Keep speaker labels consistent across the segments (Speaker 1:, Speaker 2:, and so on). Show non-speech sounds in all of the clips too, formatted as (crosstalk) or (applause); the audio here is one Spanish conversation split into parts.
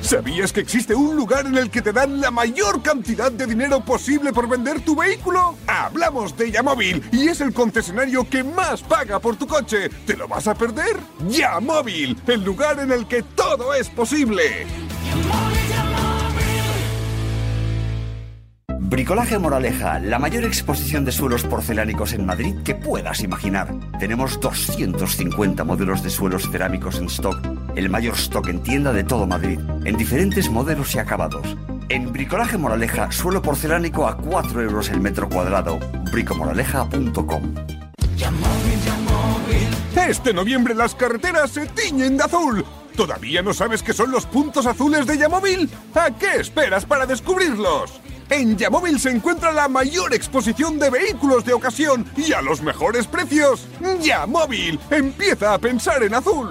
Speaker 1: ¿Sabías que existe un lugar en el que te dan la mayor cantidad de dinero posible por vender tu vehículo? Hablamos de Yamóvil y es el concesionario que más paga por tu coche. ¿Te lo vas a perder? Yamóvil, el lugar en el que todo es posible.
Speaker 2: Bricolaje Moraleja, la mayor exposición de suelos porcelánicos en Madrid que puedas imaginar. Tenemos 250 modelos de suelos cerámicos en stock, el mayor stock en tienda de todo Madrid, en diferentes modelos y acabados. En Bricolaje Moraleja, suelo porcelánico a 4 euros el metro cuadrado, bricomoraleja.com.
Speaker 1: Este noviembre las carreteras se tiñen de azul. ¿Todavía no sabes qué son los puntos azules de Yamóvil? ¿A qué esperas para descubrirlos? En Yamóvil se encuentra la mayor exposición de vehículos de ocasión y a los mejores precios. Yamóvil, empieza a pensar en azul.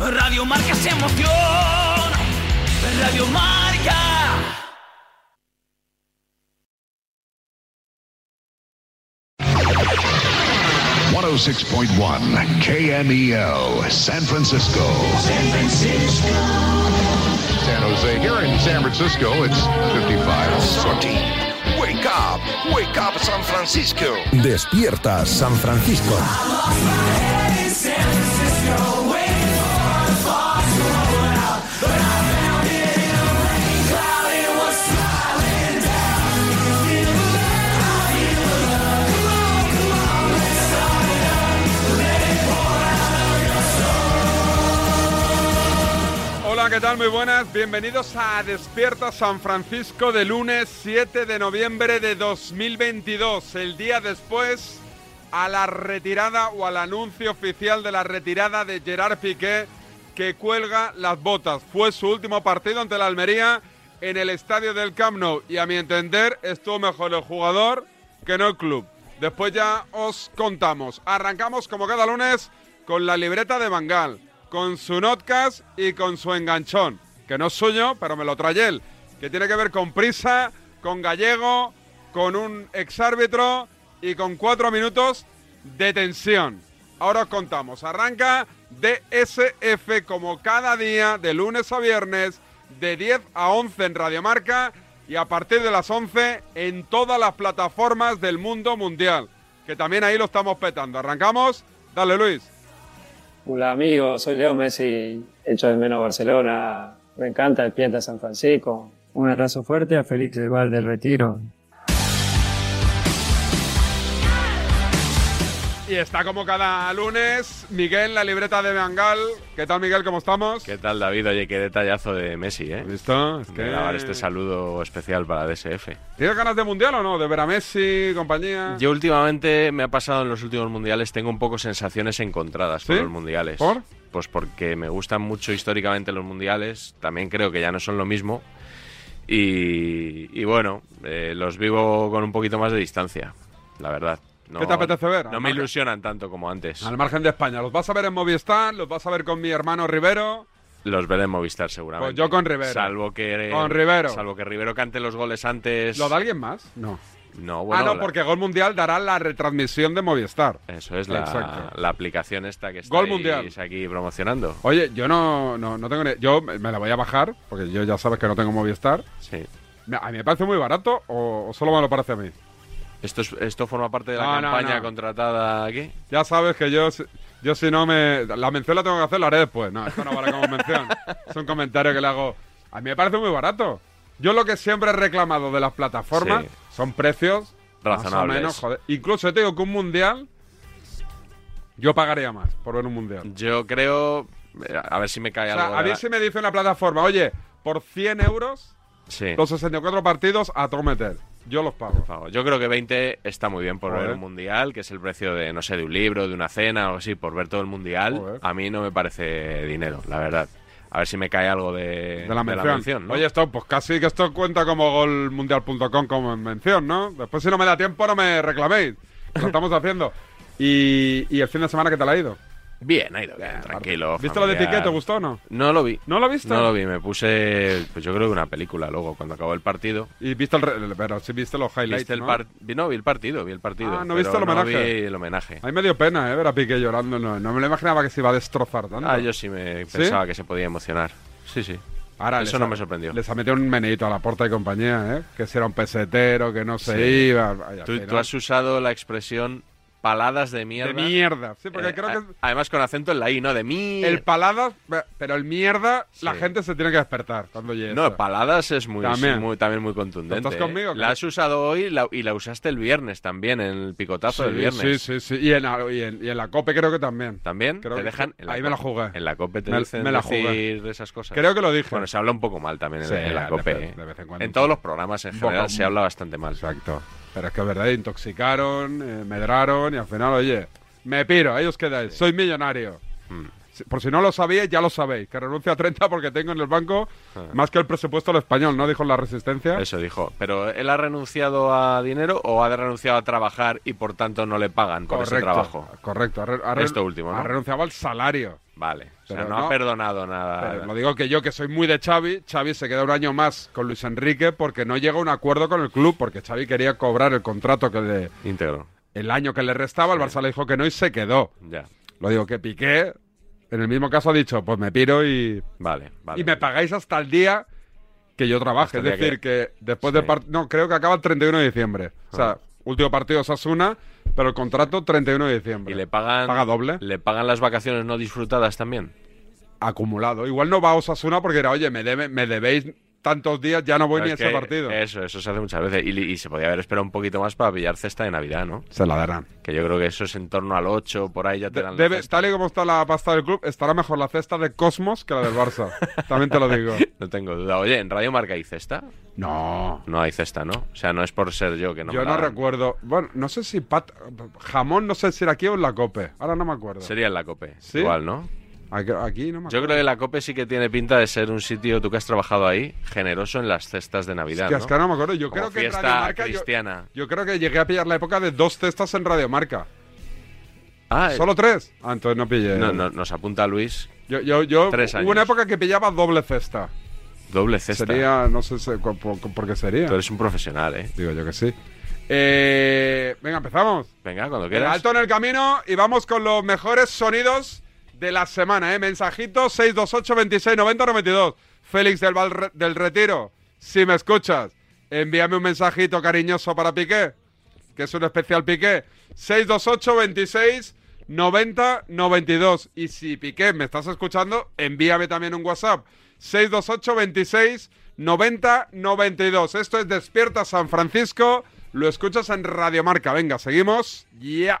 Speaker 3: Radio Marca es emoción. Radio Marca.
Speaker 4: Six point one KMEL, San Francisco. San Francisco. San Jose. Here in San Francisco, it's 55. Sortie.
Speaker 5: Wake up, wake up San Francisco.
Speaker 6: Despierta San Francisco.
Speaker 7: Hola, ¿qué tal? Muy buenas. Bienvenidos a Despierta San Francisco de lunes 7 de noviembre de 2022, el día después a la retirada o al anuncio oficial de la retirada de Gerard Piqué que cuelga las botas. Fue su último partido ante la Almería en el estadio del Camp Nou y a mi entender estuvo mejor el jugador que no el club. Después ya os contamos. Arrancamos como cada lunes con la libreta de Bangal con su notcast y con su enganchón, que no es suyo, pero me lo trae él, que tiene que ver con prisa, con gallego, con un exárbitro y con cuatro minutos de tensión. Ahora os contamos, arranca DSF como cada día, de lunes a viernes, de 10 a 11 en Radiomarca y a partir de las 11 en todas las plataformas del mundo mundial, que también ahí lo estamos petando. Arrancamos, dale Luis.
Speaker 8: Hola amigos, soy Leo Messi, hecho de menos Barcelona, me encanta el Pieta San Francisco.
Speaker 9: Un abrazo fuerte a Félix del Val del Retiro.
Speaker 7: Y está como cada lunes Miguel, la libreta de Bangal. ¿Qué tal Miguel? ¿Cómo estamos?
Speaker 10: ¿Qué tal David? Oye, qué detallazo de Messi, ¿eh?
Speaker 7: ¿Listo? Es
Speaker 10: que... grabar este saludo especial para DSF.
Speaker 7: ¿Tienes ganas de mundial o no? ¿De ver a Messi, compañía?
Speaker 10: Yo últimamente me ha pasado en los últimos mundiales, tengo un poco sensaciones encontradas con
Speaker 7: ¿Sí?
Speaker 10: los mundiales.
Speaker 7: ¿Por?
Speaker 10: Pues porque me gustan mucho históricamente los mundiales, también creo que ya no son lo mismo. Y, y bueno, eh, los vivo con un poquito más de distancia, la verdad. No-
Speaker 7: ¿Qué te apetece ver?
Speaker 10: No me ilusionan tanto como antes.
Speaker 7: Al margen de España, los vas a ver en Movistar, los vas a ver con mi hermano Rivero.
Speaker 10: Los veré en Movistar seguramente.
Speaker 7: Pues yo con Rivero.
Speaker 10: Salvo que eh,
Speaker 7: Con Rivero.
Speaker 10: Salvo que Rivero cante los goles antes.
Speaker 7: ¿Lo de alguien más? No.
Speaker 10: No, bueno.
Speaker 7: ah, no,
Speaker 10: la-
Speaker 7: porque Gol Mundial dará la retransmisión de Movistar.
Speaker 10: Eso es la,
Speaker 7: Exacto.
Speaker 10: la aplicación esta que
Speaker 7: Gol
Speaker 10: estáis
Speaker 7: Mundial.
Speaker 10: aquí promocionando.
Speaker 7: Oye, yo no, no, no tengo ni- Yo me me la voy a bajar, porque yo ya sabes que no tengo Movistar.
Speaker 10: Sí.
Speaker 7: Me- A mí me parece muy barato o, o solo me lo parece a mí.
Speaker 10: Esto, es- esto forma parte de la
Speaker 7: No, no,
Speaker 10: campaña
Speaker 7: no.
Speaker 10: contratada aquí.
Speaker 7: Ya sabes que yo, si- yo si no me... La mención la tengo que hacer, la haré después. No, esto no vale como mención. es un comentario que le hago. A mí me parece muy barato. Yo lo que siempre he reclamado de las plataformas
Speaker 10: Sí.
Speaker 7: Son precios Más o
Speaker 10: Razonables.
Speaker 7: menos, joder. Incluso te digo que un mundial yo pagaría más por ver un mundial.
Speaker 10: Yo creo. eh, A ver si me cae
Speaker 7: O sea,
Speaker 10: algo.
Speaker 7: a
Speaker 10: de
Speaker 7: mí
Speaker 10: la-
Speaker 7: si me dice una plataforma, oye, por 100 euros,
Speaker 10: Sí.
Speaker 7: los 64 partidos a todo meter. Yo los pago.
Speaker 10: pago. Yo creo que 20 está muy bien por
Speaker 7: Joder.
Speaker 10: ver un mundial, que es el precio de, no sé, de un libro, de una cena o así, por ver todo el mundial.
Speaker 7: Joder.
Speaker 10: A mí no me parece dinero, la verdad. A ver si me cae algo de,
Speaker 7: De la mención.
Speaker 10: ¿no?
Speaker 7: Oye, esto, pues casi que esto cuenta como golmundial.com como mención, ¿no? Después, si no me da tiempo, no me reclaméis. que Lo estamos haciendo. Y, y el fin de semana, ¿qué tal ha ido?
Speaker 10: Bien, ha ido bien, tranquilo.
Speaker 7: ¿Viste lo de
Speaker 10: familiar.
Speaker 7: Piqué? ¿Te gustó o no?
Speaker 10: No lo vi.
Speaker 7: ¿No lo viste?
Speaker 10: No lo vi, me puse, pues yo creo que una película luego, cuando acabó el partido.
Speaker 7: Y viste el, re- pero sí viste los highlights,
Speaker 10: Viste el
Speaker 7: ¿no?
Speaker 10: par- vi- no, vi el partido, vi el partido.
Speaker 7: Ah,
Speaker 10: pero
Speaker 7: ¿no viste el homenaje?
Speaker 10: vi el homenaje.
Speaker 7: A mí me dio pena, ¿eh? Ver a Piqué llorando. No, no me lo imaginaba que se iba a destrozar tanto.
Speaker 10: Ah, yo sí me
Speaker 7: ¿Sí?
Speaker 10: pensaba que se podía emocionar. Sí, sí.
Speaker 7: Ahora
Speaker 10: Eso
Speaker 7: les
Speaker 10: no
Speaker 7: ha-
Speaker 10: me sorprendió.
Speaker 7: Les ha metido un meneito a la puerta y compañía, ¿eh? Que si era un pesetero, que no se iba. Vaya,
Speaker 10: tú,
Speaker 7: al
Speaker 10: tú
Speaker 7: final.
Speaker 10: has usado la expresión paladas de mierda. Eh,
Speaker 7: De mierda. Sí, porque creo
Speaker 10: a-
Speaker 7: que-
Speaker 10: Además con acento en la I, ¿no? De mierda.
Speaker 7: El paladas, pero el mierda, la
Speaker 10: Sí.
Speaker 7: gente se tiene que despertar cuando llegue.
Speaker 10: No, paladas es muy
Speaker 7: También.
Speaker 10: también muy, también muy contundente.
Speaker 7: ¿Estás conmigo,
Speaker 10: ¿eh? La has usado hoy la- y la usaste el viernes también, en el picotazo del viernes.
Speaker 7: Sí, sí, sí. Y en, la- y en- y en la COPE creo que también.
Speaker 10: También
Speaker 7: Creo
Speaker 10: te
Speaker 7: que
Speaker 10: dejan.
Speaker 7: sí.
Speaker 10: en la
Speaker 7: Ahí me la
Speaker 10: cope-
Speaker 7: jugué.
Speaker 10: En la COPE te
Speaker 7: Me-
Speaker 10: dicen
Speaker 7: me la jugué.
Speaker 10: decir esas cosas.
Speaker 7: Creo que lo dije.
Speaker 10: Bueno, se habla un poco mal también en,
Speaker 7: Sí,
Speaker 10: en la
Speaker 7: de
Speaker 10: COPE.
Speaker 7: vez-
Speaker 10: ¿eh?
Speaker 7: de vez en
Speaker 10: en
Speaker 7: cuando.
Speaker 10: todos los programas en
Speaker 7: Un poco-
Speaker 10: general se habla bastante mal.
Speaker 7: Exacto. Pero es que es verdad, intoxicaron, eh, medraron y al final, oye, me piro, ahí os quedáis. Soy millonario.
Speaker 10: Mm.
Speaker 7: Si- Por si no lo sabíais, ya lo sabéis. Que renuncio a 30 porque tengo en el banco más que el presupuesto del español, ¿no? Dijo en la resistencia.
Speaker 10: Ah. Eso dijo. Pero él ha renunciado a dinero o ha renunciado a trabajar y por tanto no le pagan por ese trabajo.
Speaker 7: Correcto. Ha, re- ha re-
Speaker 10: Esto último, ¿no?
Speaker 7: Ha renunciado al salario.
Speaker 10: Vale. O sea,
Speaker 7: Pero
Speaker 10: no,
Speaker 7: no-
Speaker 10: ha perdonado nada.
Speaker 7: Pero lo digo que yo, que soy muy de Xavi, Xavi se queda un año más con Luis Enrique porque no llega a un acuerdo con el club, porque Xavi quería cobrar el contrato que le...
Speaker 10: Íntegro.
Speaker 7: El año que le restaba, el Barça le dijo que no y se quedó.
Speaker 10: Ya.
Speaker 7: Lo digo que Piqué, en el mismo caso, ha dicho, pues me piro y...
Speaker 10: Vale, vale.
Speaker 7: y me pagáis hasta el día que yo trabaje.
Speaker 10: Hasta el
Speaker 7: Es
Speaker 10: día
Speaker 7: decir, que,
Speaker 10: que-
Speaker 7: después
Speaker 10: Sí. Ah.
Speaker 7: del partido... No, creo que acaba el 31 de diciembre. O sea, último partido Sasuna, pero el contrato 31 de diciembre.
Speaker 10: Y le pagan.
Speaker 7: Paga doble.
Speaker 10: Le pagan las vacaciones no disfrutadas también.
Speaker 7: acumulado. Igual no va a Osasuna porque era, oye, me, debe- me debéis tantos días, ya no voy
Speaker 10: No,
Speaker 7: Pues ni a
Speaker 10: es
Speaker 7: ese
Speaker 10: que
Speaker 7: partido.
Speaker 10: Eso, eso se hace muchas veces. Y, y se podía haber esperado un poquito más para pillar cesta de Navidad, ¿no?
Speaker 7: Se la darán.
Speaker 10: Que yo creo que eso es en torno al 8, por ahí ya te dan la
Speaker 7: Debe,
Speaker 10: cesta.
Speaker 7: tal y como está la pasta del club, estará mejor la cesta de Cosmos que la del Barça.
Speaker 10: (laughs)
Speaker 7: También te lo digo.
Speaker 10: No tengo duda. Oye, ¿en Radio Marca hay cesta?
Speaker 7: No.
Speaker 10: No hay cesta, ¿no? O sea, no es por ser yo que no
Speaker 7: Yo
Speaker 10: me la
Speaker 7: no
Speaker 10: dan.
Speaker 7: recuerdo. Bueno, no sé si pat- jamón, no sé si era aquí o en la cope. Ahora no me acuerdo.
Speaker 10: Sería en la COPE.
Speaker 7: ¿Sí?
Speaker 10: Igual, ¿no?
Speaker 7: Aquí, aquí no me acuerdo.
Speaker 10: Yo creo que la COPE sí que tiene pinta de ser un sitio, tú que has trabajado ahí, generoso en las cestas de Navidad,
Speaker 7: que
Speaker 10: ¿no?
Speaker 7: es que ahora no me acuerdo. Yo
Speaker 10: Como
Speaker 7: creo que en
Speaker 10: fiesta
Speaker 7: Radio Marca yo-
Speaker 10: cristiana.
Speaker 7: Yo creo que llegué a pillar la época de dos cestas en Radiomarca.
Speaker 10: Ah, eh,
Speaker 7: ¿Solo tres? Ah, entonces no pillé.
Speaker 10: no, no, nos apunta Luis,
Speaker 7: Yo, yo, yo-
Speaker 10: Tres
Speaker 7: Hubo una
Speaker 10: años.
Speaker 7: época que pillaba doble cesta.
Speaker 10: doble cesta.
Speaker 7: Sería, no sé si- cu- por, por qué sería.
Speaker 10: Tú eres un profesional, ¿eh?
Speaker 7: Digo yo que sí. Eh, venga, empezamos.
Speaker 10: Venga, cuando
Speaker 7: El
Speaker 10: quieras.
Speaker 7: alto en el camino y vamos con los mejores sonidos de la semana, ¿eh? Mensajito 628 26 90 92. Félix del, Val- del Retiro, si me escuchas, envíame un mensajito cariñoso para Piqué, que es un especial Piqué. 628 26 90 92. Y si Piqué me estás escuchando, envíame también un WhatsApp. 628 26 90 92. Esto es Despierta San Francisco. Lo escuchas en Radio Marca. Venga, seguimos. Ya.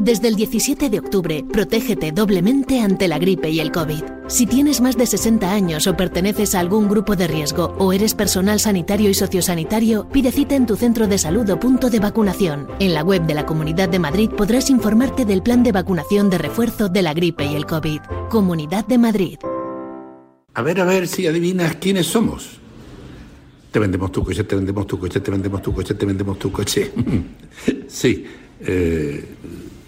Speaker 11: Desde el 17 de octubre, protégete doblemente ante la gripe y el COVID. Si tienes más de 60 años o perteneces a algún grupo de riesgo o eres personal sanitario y sociosanitario, pide cita en tu centro de salud o punto de vacunación. En la web de la Comunidad de Madrid podrás informarte del plan de vacunación de refuerzo de la gripe y el COVID. Comunidad de Madrid.
Speaker 12: A ver, a ver si adivinas quiénes somos. Te vendemos tu coche, te vendemos tu coche, te vendemos tu coche, te vendemos tu coche. (laughs) sí, eh,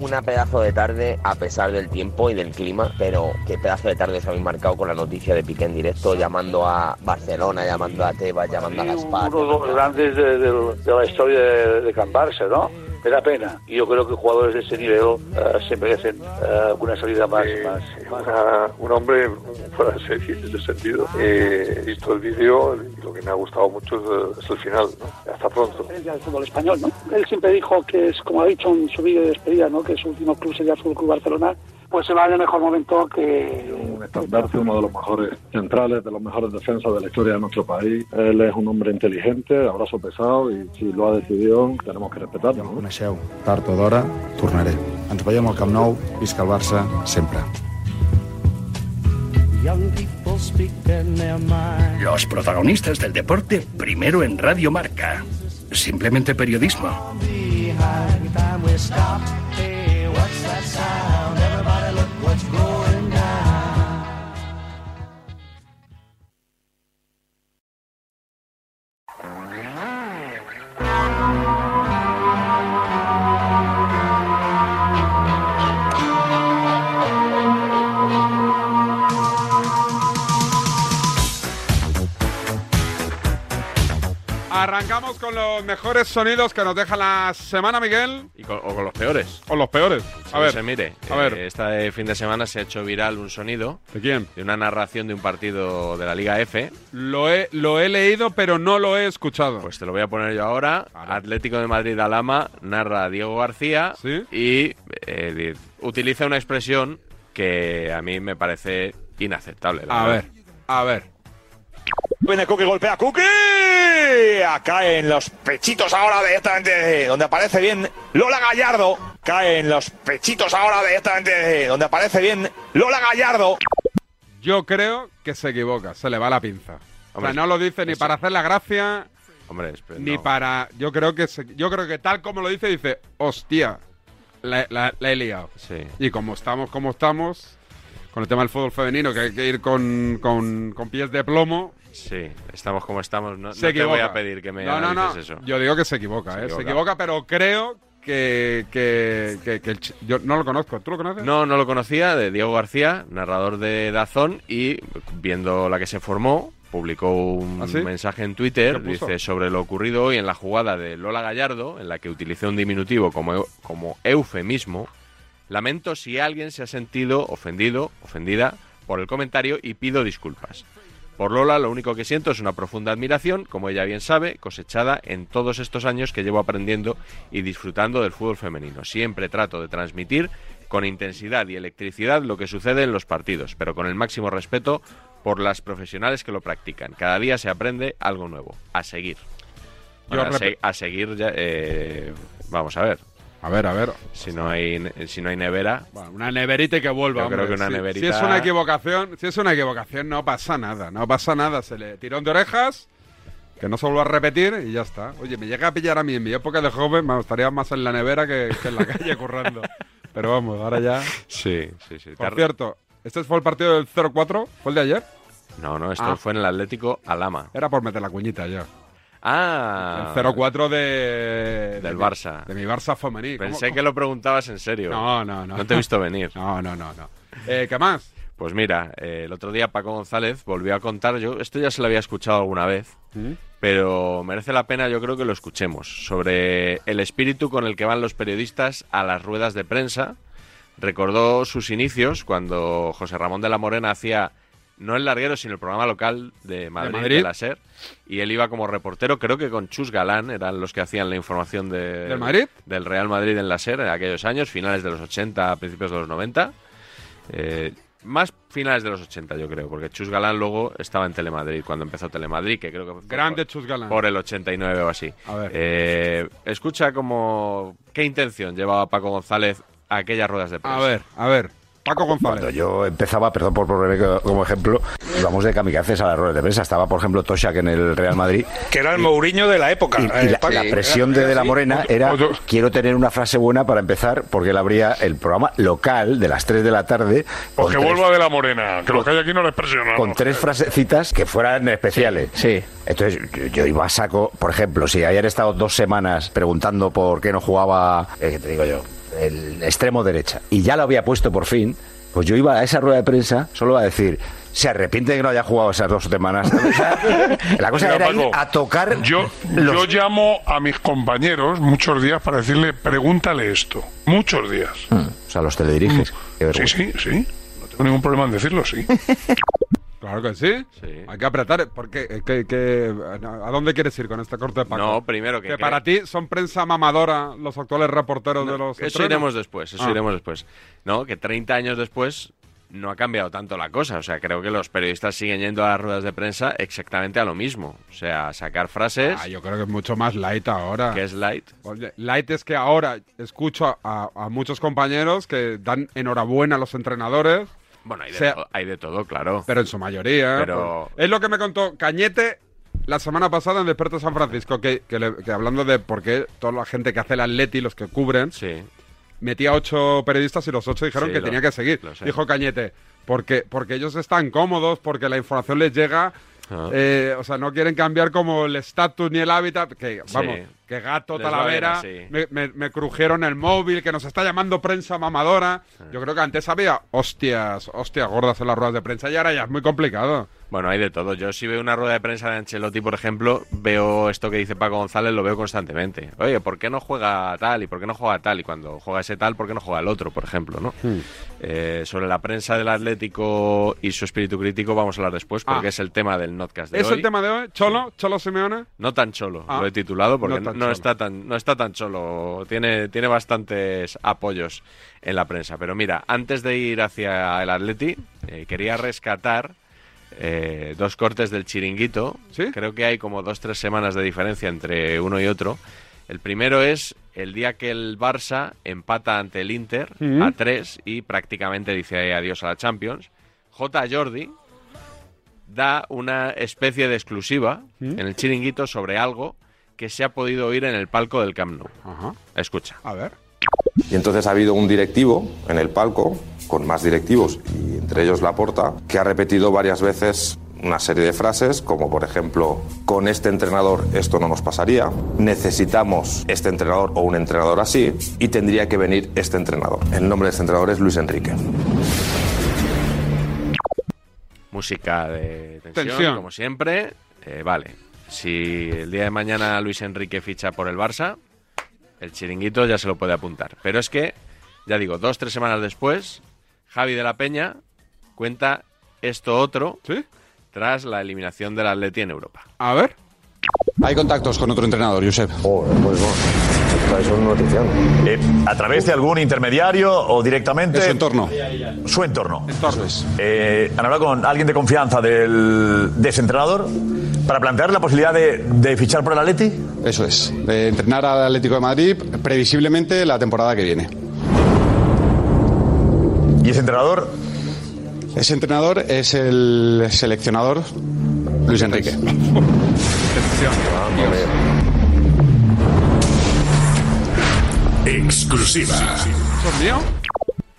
Speaker 13: una
Speaker 14: Una pedazo de tarde a pesar del tiempo y del clima, pero qué pedazo de tarde se habéis marcado con la noticia de Piqué en directo, llamando a Barcelona, llamando a Tebas, llamando a Gaspar.
Speaker 15: Uno de los grandes de, de- de la historia de, de Can Barça, ¿no? Me da pena. Y yo creo que jugadores de ese nivel eh, se merecen eh, una salida más. más, más
Speaker 16: Una- un hombre fuera de serie (laughs) en ese sentido. Eh, he visto el vídeo y lo que me ha gustado mucho es, eh, es el final. ¿no? Hasta pronto.
Speaker 15: referencia al fútbol español, ¿no? Él siempre dijo que es, como ha dicho en su vídeo de despedida, ¿no? Que su último club sería el Fútbol Club Barcelona. Pues se va en el mejor momento que
Speaker 12: un estandarte, uno de los mejores centrales, de los mejores defensas de la historia de nuestro país. Él es un hombre inteligente, de abrazo pesado y si lo ha decidido tenemos que respetarlo. ¿no?
Speaker 17: Coneixeu, tard o d'hora tornaré. Ens veiem al Camp Nou, visca el Barça, sempre.
Speaker 18: Los protagonistas del deporte primero en Radio Marca. Simplemente periodismo.
Speaker 7: Arrancamos con los mejores sonidos que nos deja la semana, Miguel.
Speaker 10: Y con- o con los peores.
Speaker 7: O los peores. A ver.
Speaker 10: Se mire.
Speaker 7: A
Speaker 10: Eh,
Speaker 7: ver.
Speaker 10: este fin de semana se ha hecho viral un sonido.
Speaker 7: ¿De quién?
Speaker 10: De una narración de un partido de la Liga F.
Speaker 7: Lo he, lo he leído, pero no lo he escuchado.
Speaker 10: Pues te lo voy a poner yo ahora. Atlético de Madrid Alama narra a Diego García y eh, di- utiliza una expresión que a mí me parece inaceptable. la
Speaker 7: A
Speaker 10: verdad.
Speaker 7: ver, a ver.
Speaker 19: Viene Kuki, golpea a Kuki. Cae en los pechitos ahora directamente de- donde aparece bien Lola Gallardo. Cae en los pechitos ahora directamente de- donde aparece bien Lola Gallardo.
Speaker 7: Yo creo que se equivoca, se le va la pinza. o
Speaker 10: Hombre,
Speaker 7: sea, no lo dice ni
Speaker 10: eso-
Speaker 7: para hacer la gracia,
Speaker 10: Hombre, espe-
Speaker 7: ni
Speaker 10: Pues no.
Speaker 7: para. Yo creo que se- yo creo que tal como lo dice, dice, hostia, la, la- la he liado.
Speaker 10: Sí.
Speaker 7: Y como estamos, como estamos, con el tema del fútbol femenino, que hay que ir con, con- con pies de plomo.
Speaker 10: Sí, estamos como estamos. No, no
Speaker 7: se
Speaker 10: te voy
Speaker 7: equivoca.
Speaker 10: a pedir que me
Speaker 7: No, no, no.
Speaker 10: analices eso.
Speaker 7: Yo digo que se equivoca,
Speaker 10: Se
Speaker 7: ¿eh? Se
Speaker 10: equivoca.
Speaker 7: equivoca, pero creo que, que, que- que el ch- Yo no lo conozco. ¿Tú lo conoces?
Speaker 10: No, no lo conocía, de Diego García, narrador de Dazón, y viendo la que se formó, publicó un
Speaker 7: ¿Ah, sí?
Speaker 10: mensaje en
Speaker 7: ¿Qué
Speaker 10: Twitter,
Speaker 7: puso?
Speaker 10: dice, sobre lo ocurrido hoy en la jugada de Lola Gallardo, en la que utilicé un diminutivo como, eu- como eufemismo, lamento si alguien se ha sentido ofendido, ofendida, por el comentario y pido disculpas. Por Lola lo único que siento es una profunda admiración, como ella bien sabe, cosechada en todos estos años que llevo aprendiendo y disfrutando del fútbol femenino. Siempre trato de transmitir con intensidad y electricidad lo que sucede en los partidos, pero con el máximo respeto por las profesionales que lo practican. Cada día se aprende algo nuevo. A seguir.
Speaker 7: Yo
Speaker 10: Bueno, a,
Speaker 7: rep-
Speaker 10: se- a seguir ya, eh, vamos a ver.
Speaker 7: A ver, a ver.
Speaker 10: Si no hay, si no hay nevera.
Speaker 7: Bueno, una neverita y que vuelva.
Speaker 10: Yo creo
Speaker 7: hombre.
Speaker 10: que una
Speaker 7: Si-
Speaker 10: neverita-
Speaker 7: Si es una equivocación, si es una equivocación, no pasa nada, no pasa nada. Se le tirón de orejas, que no se vuelva a repetir y ya está. Oye, me llega a pillar a mí en mi época de joven, me gustaría más en la nevera que, que en
Speaker 10: (laughs)
Speaker 7: la calle currando. Pero vamos, ahora ya.
Speaker 10: Sí, sí, sí.
Speaker 7: Por cierto, ¿este fue el partido del 0-4? ¿Fue el de ayer?
Speaker 10: No, no, esto
Speaker 7: Ah.
Speaker 10: fue en el Atlético Alama.
Speaker 7: Era por meter la cuñita ya.
Speaker 10: Ah.
Speaker 7: El 0-4 de.
Speaker 10: Del
Speaker 7: de-
Speaker 10: Barça.
Speaker 7: De mi Barça femenil. ¿Cómo-
Speaker 10: Pensé
Speaker 7: cómo?
Speaker 10: que lo preguntabas en serio.
Speaker 7: No, no, no.
Speaker 10: No te he visto
Speaker 7: (laughs)
Speaker 10: venir.
Speaker 7: No, no, no, no. Eh, ¿Qué más?
Speaker 10: Pues mira, eh, el otro día Paco González volvió a contar, yo esto ya se lo había escuchado alguna vez,
Speaker 7: ¿Mm?
Speaker 10: pero merece la pena yo creo que lo escuchemos, sobre el espíritu con el que van los periodistas a las ruedas de prensa. Recordó sus inicios cuando José Ramón de la Morena hacía, no el larguero, sino el programa local de Madrid, de,
Speaker 7: Madrid.
Speaker 10: la SER, y él iba como reportero, creo que con Chus Galán, eran los que hacían la información de,
Speaker 7: ¿Del Madrid?
Speaker 10: del Real Madrid en la SER en aquellos años, finales de los 80, principios de los 90. Eh, más finales de los 80, yo creo, porque Chus Galán luego estaba en Telemadrid, cuando empezó Telemadrid, que creo que fue
Speaker 7: Grande
Speaker 10: por,
Speaker 7: Chus Galán.
Speaker 10: por el 89 o así.
Speaker 7: A ver.
Speaker 10: Eh, escucha como qué intención llevaba Paco González a aquellas ruedas de prensa.
Speaker 7: A ver, a ver. Paco González.
Speaker 2: Cuando yo empezaba, perdón por ponerme co- como ejemplo, íbamos de kamikazes a las ruedas de prensa. Estaba, por ejemplo, Toshak en el Real Madrid.
Speaker 19: Que era el Mourinho de la época.
Speaker 2: Y, y
Speaker 15: eh,
Speaker 2: la, la presión de De La Morena era, quiero tener una frase buena para empezar, porque él abría el programa local de las 3 de la tarde con,
Speaker 16: Pues que
Speaker 2: tres,
Speaker 16: vuelva de la morena, que los que hay aquí no les presionamos.
Speaker 2: con tres frasecitas que fueran especiales. Sí. Entonces yo, yo iba a saco, por ejemplo, si ayer he estado dos semanas preguntando por qué no jugaba, eh, ¿qué te digo yo,
Speaker 20: el extremo derecha, y ya lo había puesto por fin, pues yo iba a esa rueda de prensa solo a decir, se arrepiente de que no haya jugado esas dos semanas. O sea, La cosa
Speaker 16: Mira,
Speaker 20: era ir
Speaker 16: Paco,
Speaker 20: a tocar
Speaker 16: Yo,
Speaker 20: los-
Speaker 16: yo llamo a mis compañeros muchos días para decirle, pregúntale esto. Muchos días.
Speaker 20: Ah, o sea, los telediriges. Qué
Speaker 16: Sí,
Speaker 20: vergüenza.
Speaker 16: sí, sí. No tengo ningún problema en
Speaker 20: (laughs)
Speaker 16: decirlo, sí.
Speaker 7: Claro que sí. Hay que apretar. Porque, eh, que- que- ¿A dónde quieres ir con este corte, Paco?
Speaker 10: No, primero que-
Speaker 7: Que para ti son prensa mamadora los actuales reporteros de los.
Speaker 10: Eso
Speaker 7: entrenos.
Speaker 10: iremos después, eso
Speaker 7: Ah.
Speaker 10: iremos después. No, que 30 años después no ha cambiado tanto la cosa. O sea, creo que los periodistas siguen yendo a las ruedas de prensa exactamente a lo mismo. O sea, sacar frases.
Speaker 7: Ah, yo creo que es mucho más light ahora.
Speaker 10: ¿Qué es light?
Speaker 7: Oye, light es que ahora escucho a, a- a muchos compañeros que dan enhorabuena a los entrenadores.
Speaker 10: Bueno, hay de,
Speaker 7: Sea-
Speaker 10: to- hay de todo, claro.
Speaker 7: Pero en su mayoría.
Speaker 10: Pero-
Speaker 7: pues, es lo que me contó Cañete la semana pasada en Desperto San Francisco, que, que le- que hablando de por qué toda la gente que hace el atleti, los que cubren, metía ocho periodistas y los ocho dijeron
Speaker 10: Sí,
Speaker 7: que
Speaker 10: lo-
Speaker 7: tenía que seguir.
Speaker 10: lo sé.
Speaker 7: Dijo Cañete, porque, porque ellos están cómodos, porque la información les llega.
Speaker 10: Ah.
Speaker 7: eh, o sea, no quieren cambiar como el estatus ni el hábitat. Que,
Speaker 10: Sí.
Speaker 7: vamos, que gato,
Speaker 10: Les va
Speaker 7: talavera,
Speaker 10: bien así.
Speaker 7: Tota me, me- me crujieron el móvil, que nos está llamando prensa mamadora.
Speaker 10: Ah.
Speaker 7: Yo creo que antes había hostias, hostias gordas en las ruedas de prensa y ahora ya es muy complicado.
Speaker 10: Bueno, hay de todo. Yo si veo una rueda de prensa de Ancelotti, por ejemplo, veo esto que dice Paco González, lo veo constantemente. Oye, ¿por qué no juega tal y por qué no juega tal? Y cuando juega ese tal, ¿por qué no juega el otro, por ejemplo? ¿no?
Speaker 7: Hmm.
Speaker 10: Eh, sobre la prensa del Atlético y su espíritu crítico vamos a hablar después porque
Speaker 7: Ah.
Speaker 10: es el tema del notcast de
Speaker 7: ¿Es
Speaker 10: hoy.
Speaker 7: el tema de hoy? ¿Cholo? ¿Cholo Simeone?
Speaker 10: No tan cholo,
Speaker 7: Ah.
Speaker 10: lo he titulado porque
Speaker 7: No
Speaker 10: no,
Speaker 7: tan cholo.
Speaker 10: está tan no está tan cholo, tiene tiene bastantes apoyos en la prensa, pero mira, antes de ir hacia el Atleti, eh, quería rescatar eh, dos cortes del chiringuito. Creo que hay como dos tres semanas de diferencia entre uno y otro. El primero es el día que el Barça empata ante el Inter
Speaker 7: Mm.
Speaker 10: a tres y prácticamente dice adiós a la Champions. J. Jordi da una especie de exclusiva
Speaker 7: ¿Mm?
Speaker 10: en el chiringuito sobre algo que se ha podido oír en el palco del Camp Nou. Escucha.
Speaker 7: A ver.
Speaker 1: Y entonces ha habido un directivo en el palco, con más directivos, y entre ellos Laporta, que ha repetido varias veces una serie de frases, como por ejemplo, con este entrenador esto no nos pasaría, necesitamos este entrenador o un entrenador así, y tendría que venir este entrenador. El nombre de este entrenador es Luis Enrique.
Speaker 10: Música de Eh, tensión,
Speaker 1: Tensión.
Speaker 10: como siempre. Eh, vale. Si el día de mañana Luis Enrique ficha por el Barça, el chiringuito ya se lo puede apuntar. Pero es que, ya digo, dos, tres semanas después, Javi de la Peña cuenta esto otro tras la eliminación del Atleti en Europa.
Speaker 7: A ver.
Speaker 21: Hay contactos con otro entrenador, Josep. pues no. Es una notición.
Speaker 22: Eh, a través de algún intermediario o directamente. Su entorno. Su entorno. Eh, han hablado con alguien de confianza del, de ese entrenador para plantear la posibilidad de, de fichar por el Atleti.
Speaker 21: Eso es. De entrenar al Atlético de Madrid previsiblemente la temporada que viene.
Speaker 22: ¿Y ese entrenador?
Speaker 21: Ese entrenador es el seleccionador Luis
Speaker 7: (laughs)
Speaker 21: Enrique.
Speaker 22: Exclusiva.
Speaker 7: ¿Son mío?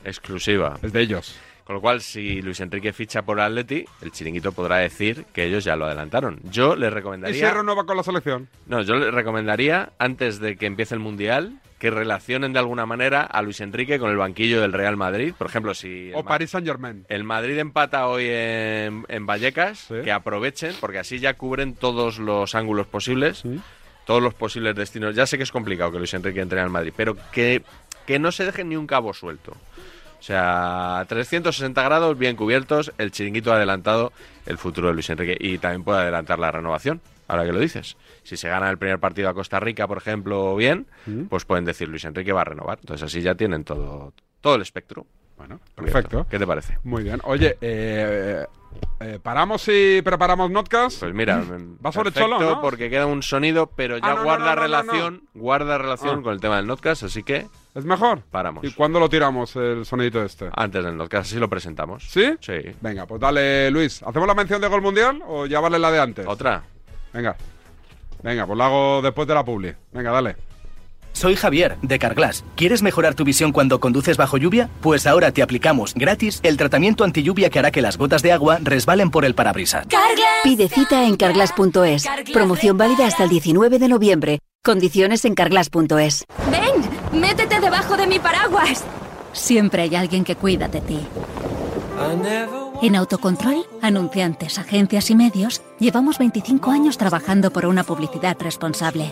Speaker 10: Exclusiva.
Speaker 7: Es de ellos.
Speaker 10: Con lo cual, si Luis Enrique ficha por Atleti, el chiringuito podrá decir que ellos ya lo adelantaron. Yo le
Speaker 7: ¿Y
Speaker 10: recomendaría.
Speaker 7: si renueva con la selección?
Speaker 10: No, yo le recomendaría, antes de que empiece el Mundial, que relacionen de alguna manera a Luis Enrique con el banquillo del Real Madrid. Por ejemplo, si el,
Speaker 7: ¿O
Speaker 10: Ma-
Speaker 7: Paris Saint Germain?
Speaker 10: el Madrid empata hoy en, en Vallecas, que aprovechen, porque así ya cubren todos los ángulos posibles, todos los posibles destinos. Ya sé que es complicado que Luis Enrique entre al Madrid, pero que, que no se dejen ni un cabo suelto. O sea, 360 grados, bien cubiertos, el chiringuito ha adelantado el futuro de Luis Enrique y también puede adelantar la renovación, ahora que lo dices. Si se gana el primer partido a Costa Rica, por ejemplo, bien, pues pueden decir Luis Enrique va a renovar. Entonces así ya tienen todo, todo el espectro.
Speaker 7: Bueno,
Speaker 10: perfecto. ¿Qué te parece?
Speaker 7: Muy bien. Oye, eh, eh, ¿paramos y preparamos notcast?
Speaker 10: Pues mira,
Speaker 7: Mm. va sobre
Speaker 10: perfecto,
Speaker 7: Cholo, ¿no?
Speaker 10: porque queda un sonido, pero ya
Speaker 7: Ah, no, no,
Speaker 10: guarda
Speaker 7: no, no,
Speaker 10: relación, guarda relación
Speaker 7: Ah.
Speaker 10: con el tema del podcast, así que
Speaker 7: ¿Es mejor?
Speaker 10: paramos.
Speaker 7: ¿Y cuándo lo tiramos el sonidito este?
Speaker 10: Antes del podcast, así lo presentamos.
Speaker 7: ¿Sí?
Speaker 10: Sí.
Speaker 7: Venga, pues dale, Luis. ¿Hacemos la mención de Gol Mundial o ya vale la de antes?
Speaker 10: Otra.
Speaker 7: Venga. Venga, pues la hago después de la publi. Venga, dale.
Speaker 23: Soy Javier, de Carglass. ¿Quieres mejorar tu visión cuando conduces bajo lluvia? Pues ahora te aplicamos gratis el tratamiento antilluvia que hará que las gotas de agua resbalen por el parabrisas.
Speaker 24: Pide cita en carglass.es. Promoción válida hasta el 19 de noviembre. Condiciones en carglass.es.
Speaker 25: ¡Ven!
Speaker 26: ¡Métete debajo de mi paraguas!
Speaker 27: Siempre hay alguien que cuida de ti. En Autocontrol, anunciantes, agencias y medios, llevamos 25 años trabajando por una publicidad responsable.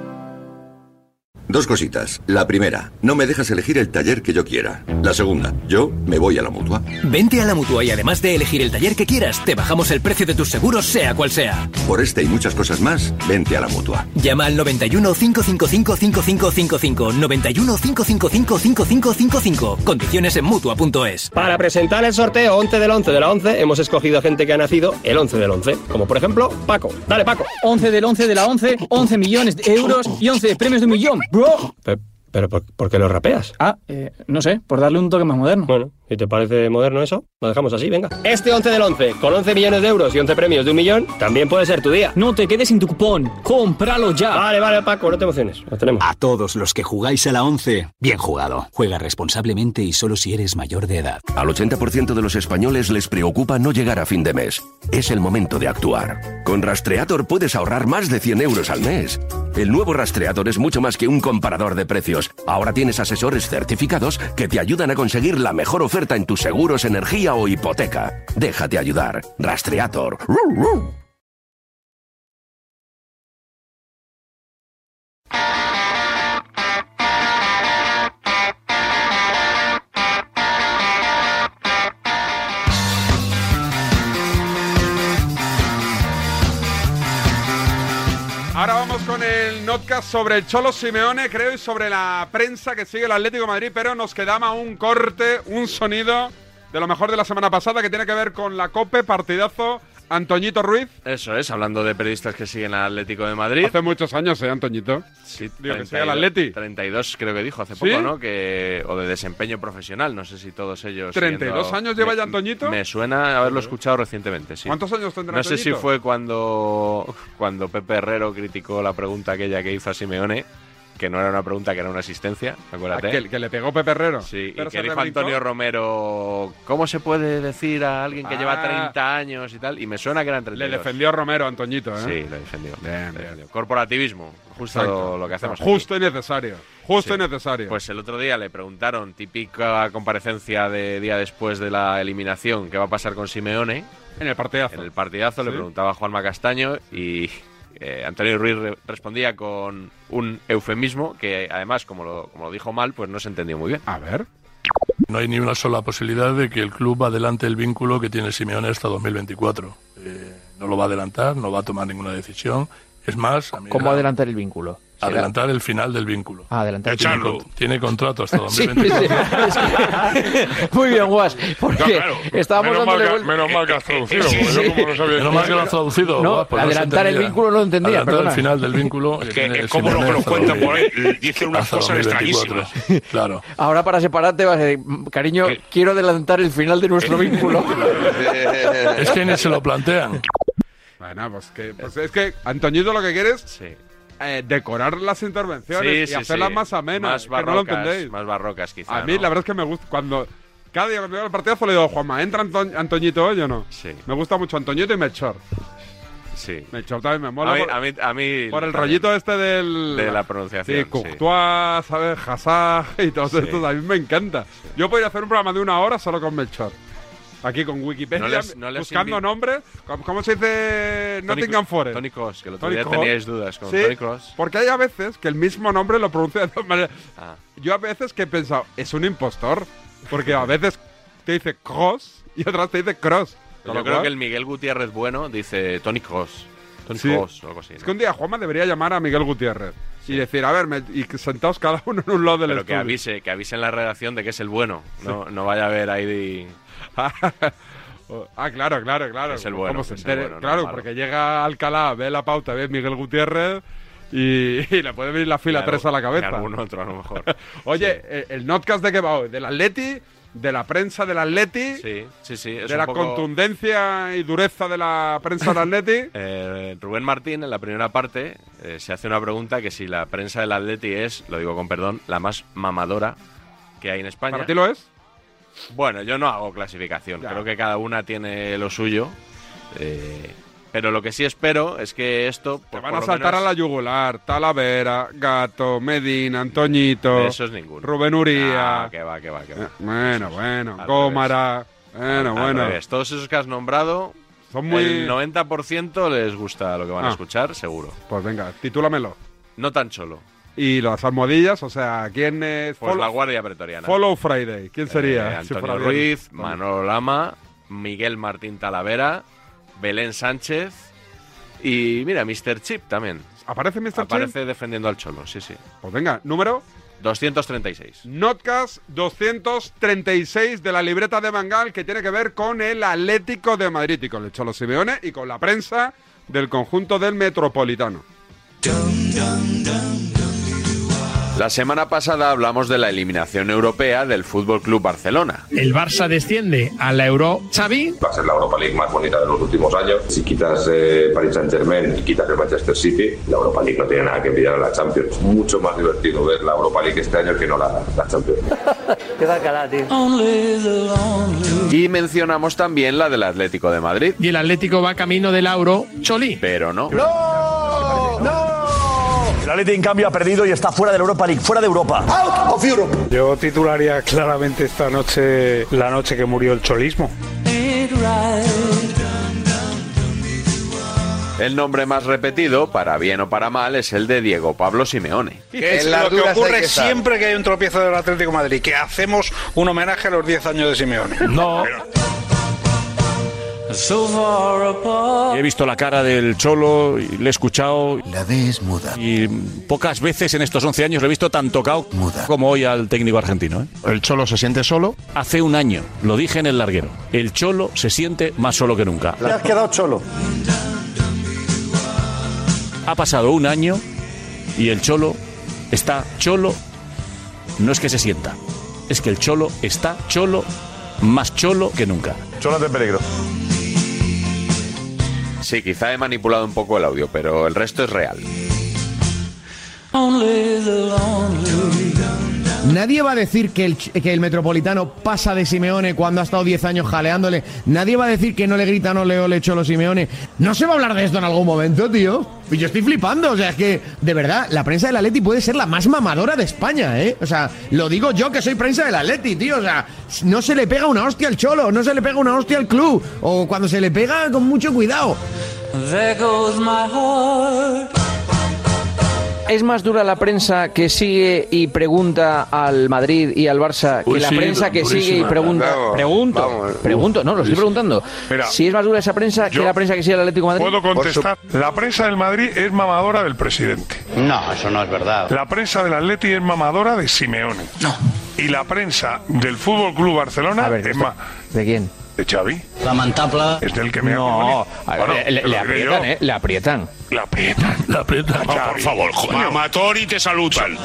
Speaker 2: Dos cositas. La primera, no me dejas elegir el taller que yo quiera. La segunda, yo me voy a la mutua.
Speaker 5: Vente a la mutua y además de elegir el taller que quieras, te bajamos el precio de tus seguros, sea cual sea.
Speaker 2: Por este y muchas cosas más, vente a la mutua.
Speaker 5: Llama al 91 555 5555 91 555 5555. Condiciones en mutua.es.
Speaker 28: Para presentar el sorteo 11 del 11 de la 11, hemos escogido a gente que ha nacido el 11 del 11. Como por ejemplo, Paco. Dale, Paco.
Speaker 24: 11 del 11 de la 11, 11 millones de euros y 11 premios de un millón, bro.
Speaker 28: Pe- Pero, ¿por, por qué lo rapeas?
Speaker 24: Ah, eh, no sé, por darle un toque más moderno.
Speaker 28: Bueno, si te parece moderno eso, lo dejamos así, venga. Este 11 del 11, con 11 millones de euros y 11 premios de un millón, también puede ser tu día.
Speaker 24: No te quedes sin tu cupón, cómpralo ya.
Speaker 28: Vale, vale, Paco, no te emociones. Lo tenemos.
Speaker 5: A todos los que jugáis a la 11, bien jugado. Juega responsablemente y solo si eres mayor
Speaker 29: (laughs)
Speaker 5: de edad.
Speaker 2: Al 80% de los españoles les preocupa no llegar a fin de mes. Es el momento de actuar. Con Rastreator puedes ahorrar más de 100 euros al mes. El nuevo Rastreator es mucho más que un comparador de precios. Ahora tienes asesores certificados que te ayudan a conseguir la mejor oferta en tus seguros, energía o hipoteca. Déjate ayudar. Rastreator. ¡Ru, ru!
Speaker 7: Ahora vamos con el notcast sobre el Cholo Simeone, creo, y sobre la prensa que sigue el Atlético de Madrid, pero nos quedaba un corte, un sonido de lo mejor de la semana pasada que tiene que ver con la COPE, partidazo, Antoñito Ruiz.
Speaker 10: Eso es, hablando de periodistas que siguen al Atlético de Madrid.
Speaker 7: Hace muchos años, ¿eh, Antoñito?
Speaker 10: Sí,
Speaker 7: Digo, que
Speaker 10: 32,
Speaker 7: sigue al Atleti.
Speaker 10: 32 creo que dijo hace
Speaker 7: ¿Sí?
Speaker 10: poco, ¿no? Que, o de desempeño profesional, no sé si todos ellos...
Speaker 7: 32
Speaker 10: siendo-
Speaker 7: años lleva
Speaker 10: me-
Speaker 7: ya Antoñito.
Speaker 10: Me suena haberlo escuchado recientemente, sí.
Speaker 7: ¿Cuántos años tendrá
Speaker 10: No sé si
Speaker 7: Antoñito?
Speaker 10: fue cuando, cuando Pepe Herrero criticó la pregunta aquella que hizo a Simeone, que no era una pregunta, que era una asistencia, acuérdate.
Speaker 7: Aquel que le pegó Pepe Herrero.
Speaker 10: Sí, y
Speaker 7: Pero
Speaker 10: que
Speaker 7: se
Speaker 10: dijo
Speaker 7: reivindicó.
Speaker 10: Antonio Romero, ¿cómo se puede decir a alguien que lleva
Speaker 7: Ah.
Speaker 10: 30 años y tal? Y me suena que eran 32.
Speaker 7: Le defendió Romero, Antoñito, ¿eh?
Speaker 10: Sí, le defendió.
Speaker 7: Bien,
Speaker 10: Le
Speaker 7: bien.
Speaker 10: defendió. Corporativismo, justo
Speaker 7: Exacto.
Speaker 10: lo que hacemos. aquí.
Speaker 7: Justo y
Speaker 10: (laughs)
Speaker 7: necesario. Justo y necesario.
Speaker 10: Pues el otro día le preguntaron, típica comparecencia de día después de la eliminación, ¿qué va a pasar con Simeone?
Speaker 7: En el partidazo.
Speaker 10: En el partidazo le
Speaker 7: Sí.
Speaker 10: preguntaba a Juanma Castaño y eh, Antonio Ruiz re- respondía con un eufemismo que además, como lo, como lo dijo mal, pues no se entendió muy bien.
Speaker 7: A ver.
Speaker 25: No hay ni una sola posibilidad de que el club adelante el vínculo que tiene Simeone hasta 2024. Eh, no lo va a adelantar, no va a tomar ninguna decisión. Es más, a mí
Speaker 30: ¿Cómo
Speaker 25: era
Speaker 30: adelantar el vínculo? ¿Será-
Speaker 25: adelantar el final del vínculo.
Speaker 30: Ah, adelantar el
Speaker 25: Tiene,
Speaker 30: vínculo.
Speaker 25: con- tiene contrato (laughs) hasta
Speaker 30: Sí,
Speaker 25: 2024.
Speaker 30: Muy bien, Guas. Porque
Speaker 25: No, claro.
Speaker 30: estábamos
Speaker 25: Menos mal
Speaker 30: dándole
Speaker 25: que-
Speaker 30: vuelta-
Speaker 25: menos mal que has traducido, porque yo como no sabía- Menos mal que lo has traducido,
Speaker 30: No,
Speaker 25: Guas, pues no se
Speaker 30: adelantar el
Speaker 25: entendía.
Speaker 30: vínculo no lo entendía.
Speaker 25: Adelantar
Speaker 30: perdona.
Speaker 25: el final del vínculo. Es que
Speaker 30: como lo que nos cuentan por
Speaker 25: ahí. Dicen unas
Speaker 30: cosas
Speaker 25: Claro.
Speaker 30: Ahora para separarte vas a decir, cariño,
Speaker 29: Eh,
Speaker 30: quiero adelantar el final de nuestro vínculo.
Speaker 29: eh,
Speaker 25: es que ni se lo plantean.
Speaker 7: Bueno, pues, que, pues es que Antoñito lo que quieres eh, decorar las intervenciones y hacerlas más amenas.
Speaker 10: Más
Speaker 7: que
Speaker 10: barrocas,
Speaker 7: no lo entendéis.
Speaker 10: Más barrocas, quizá.
Speaker 7: a mí
Speaker 10: ¿no?
Speaker 7: la verdad es que me gusta cuando cada día que me veo el partidazo le digo Juanma, ¿entra Anto- Antoñito hoy o no?
Speaker 10: Sí.
Speaker 7: Me gusta mucho Antoñito y Melchor.
Speaker 10: Sí.
Speaker 7: Melchor también me mola.
Speaker 10: A mí-
Speaker 7: por-
Speaker 10: a mí- a mí
Speaker 7: por el
Speaker 10: también.
Speaker 7: rollito este del...
Speaker 10: De la pronunciación,
Speaker 7: Sí,
Speaker 10: sí.
Speaker 7: Courtois, ¿sabes? Hazard y todos
Speaker 10: Sí.
Speaker 7: estos. A mí me encanta. Yo podría hacer un programa de una hora solo con Melchor. Aquí con Wikipedia,
Speaker 10: No les- no les
Speaker 7: buscando
Speaker 10: invi-
Speaker 7: nombres. ¿Cómo, cómo se dice
Speaker 10: Tony
Speaker 7: Nottingham
Speaker 10: Cro-
Speaker 7: Forest?
Speaker 10: Tony Kroos, que el otro
Speaker 7: Tony
Speaker 10: día
Speaker 7: Kroos.
Speaker 10: teníais dudas con
Speaker 7: Sí,
Speaker 10: Tony Kroos.
Speaker 7: Porque hay a veces que el mismo nombre lo pronuncia de dos maneras.
Speaker 10: Ah.
Speaker 7: Yo a veces que he pensado, es un impostor. Porque a veces te dice Cross y otras te dice Cross.
Speaker 10: Pues Yo
Speaker 7: Con lo
Speaker 10: creo
Speaker 7: cual-
Speaker 10: que el Miguel Gutiérrez Bueno dice Tony Kroos. Tony
Speaker 7: Sí.
Speaker 10: Kroos o algo así.
Speaker 7: Es
Speaker 10: ¿no?
Speaker 7: que un día Juanma debería llamar a Miguel Gutiérrez y decir, a ver, me- y que sentaos cada uno en un lado del
Speaker 10: Pero que
Speaker 7: estudio.
Speaker 10: avise, que avise en la redacción de que es el bueno. No, no vaya a haber ahí. de-
Speaker 7: (laughs) Ah, claro, claro, claro.
Speaker 10: Es el bueno,
Speaker 7: Como se
Speaker 10: es el
Speaker 7: entere-
Speaker 10: bueno, no el
Speaker 7: claro,
Speaker 10: malo.
Speaker 7: porque llega Alcalá, ve la pauta, ve Miguel Gutiérrez y, (laughs) y le puede venir la fila
Speaker 10: Y
Speaker 7: 3 a
Speaker 10: algo-
Speaker 7: la cabeza.
Speaker 10: y algún otro, a lo mejor.
Speaker 7: (laughs) Oye, eh, el notcast de que va hoy, del Atleti, de la prensa del Atleti,
Speaker 10: Sí, sí, sí. es
Speaker 7: de
Speaker 10: un
Speaker 7: la
Speaker 10: poco-
Speaker 7: contundencia y dureza de la prensa
Speaker 10: (laughs)
Speaker 7: del Atleti.
Speaker 10: Eh, Rubén Martín, en la primera parte, eh, se hace una pregunta que si la prensa del Atleti es, lo digo con perdón, la más mamadora que hay en España.
Speaker 7: ¿Para ti lo es?
Speaker 10: Bueno, yo no hago clasificación. Creo que cada una tiene lo suyo. Eh, Pero lo que sí espero es que esto. pues, Te
Speaker 7: Van a saltar a la yugular. Talavera, Gato, Medina, Antoñito.
Speaker 10: Eso es ninguno.
Speaker 7: Rubén Uría.
Speaker 10: Ah, que va, que va, que
Speaker 7: Eh,
Speaker 10: va.
Speaker 7: Bueno, bueno.
Speaker 10: Al
Speaker 7: Gómara.
Speaker 10: Al
Speaker 7: Bueno, bueno.
Speaker 10: revés. Todos esos que has nombrado,
Speaker 7: Son muy-
Speaker 10: el 90% les gusta lo que van
Speaker 7: Ah.
Speaker 10: a escuchar, seguro.
Speaker 7: Pues venga, titúlamelo.
Speaker 10: No tan cholo.
Speaker 7: Y las almohadillas, o sea, ¿quién es?
Speaker 10: Pues
Speaker 7: Follow-
Speaker 10: la Guardia Pretoriana.
Speaker 7: Follow Friday. ¿Quién sería?
Speaker 10: Eh,
Speaker 7: Si
Speaker 10: Antonio
Speaker 7: fuera bien.
Speaker 10: Ruiz, Manolo Lama, Miguel Martín Talavera, Belén Sánchez y mira, Mr. Chip también.
Speaker 7: ¿Aparece Mr. Chip?
Speaker 10: Aparece defendiendo al Cholo, sí, sí.
Speaker 7: Pues venga, número
Speaker 10: 236.
Speaker 7: Notcast 236 de la libreta de Bangal que tiene que ver con el Atlético de Madrid y con el Cholo Simeone y con la prensa del conjunto del Metropolitano.
Speaker 10: La semana pasada hablamos de la eliminación europea del Fútbol Club Barcelona.
Speaker 29: El Barça desciende a la Euro Xavi.
Speaker 2: Va a ser la Europa League más bonita de los últimos años. Si quitas eh, Paris Saint Germain y quitas el Manchester City, la Europa League no tiene nada que envidiar a la Champions. Mucho más divertido ver la Europa League este año que no la, la Champions.
Speaker 9: Qué bacalao, tío.
Speaker 10: Y mencionamos también la del Atlético de Madrid.
Speaker 29: Y el Atlético va camino del Euro Choli.
Speaker 10: Pero no.
Speaker 31: El Atleti, en cambio, ha perdido y está fuera de la Europa League, fuera de Europa. ¡Out of Europe!
Speaker 15: Yo titularía claramente esta noche la noche que murió el cholismo.
Speaker 10: El nombre más repetido, para bien o para mal, es el de Diego Pablo Simeone.
Speaker 15: Que es lo que ocurre siempre que hay un tropiezo del Atlético de Madrid, que hacemos un homenaje a los 10 años de Simeone. No.
Speaker 12: He visto la cara del Cholo, y le he escuchado. La D es muda. Y pocas veces en estos 11 años le he visto tan tocado como hoy al técnico argentino. ¿El Cholo se siente solo? Hace un año, lo dije en el larguero. El Cholo se siente más solo que nunca.
Speaker 32: has quedado cholo.
Speaker 12: Ha pasado un año y el Cholo está cholo. No es que se sienta, es que el Cholo está cholo, más cholo que nunca.
Speaker 31: Cholo en peligro.
Speaker 10: Sí, quizá he manipulado un poco el audio, pero el resto es real.
Speaker 14: Nadie va a decir que el, ch- que el Metropolitano pasa de Simeone cuando ha estado 10 años jaleándole. Nadie va a decir que no le gritan ole ole cholo Simeone. No se va a hablar de esto en algún momento, tío. Y yo estoy flipando, o sea, es que, de verdad, la prensa del Atleti puede ser la más mamadora de España, ¿eh? O sea, lo digo yo que soy prensa del Atleti, tío, o sea, no se le pega una hostia al cholo, no se le pega una hostia al club, o cuando se le pega, con mucho cuidado.
Speaker 4: ¿Es más dura la prensa que sigue y pregunta al Madrid y al Barça que
Speaker 33: Uy,
Speaker 4: la
Speaker 33: sí,
Speaker 4: prensa que
Speaker 33: durísima.
Speaker 4: sigue y pregunta?
Speaker 33: Vamos,
Speaker 4: pregunto,
Speaker 33: vamos.
Speaker 4: pregunto, no, lo estoy
Speaker 33: Sí, sí.
Speaker 4: preguntando.
Speaker 16: Mira,
Speaker 4: si es más dura esa prensa
Speaker 16: yo
Speaker 4: que la prensa que sigue al Atlético de Madrid.
Speaker 16: Puedo contestar. La prensa del Madrid es mamadora del presidente.
Speaker 9: No, eso no es verdad.
Speaker 16: La prensa del Atleti es mamadora de Simeone. No. Y la prensa del Fútbol Club Barcelona es ma
Speaker 4: ¿De quién?
Speaker 16: de Xavi.
Speaker 9: Lamentable.
Speaker 16: Es del que me
Speaker 4: No,
Speaker 16: ha
Speaker 4: a ver,
Speaker 16: Bueno,
Speaker 4: le, le-
Speaker 16: lo
Speaker 4: le
Speaker 16: diré
Speaker 4: aprietan,
Speaker 16: yo.
Speaker 4: ¿eh? Le aprietan.
Speaker 16: La aprietan, la aprietan.
Speaker 4: Xavi.
Speaker 16: por favor, joder.
Speaker 34: Mamatori te saludan.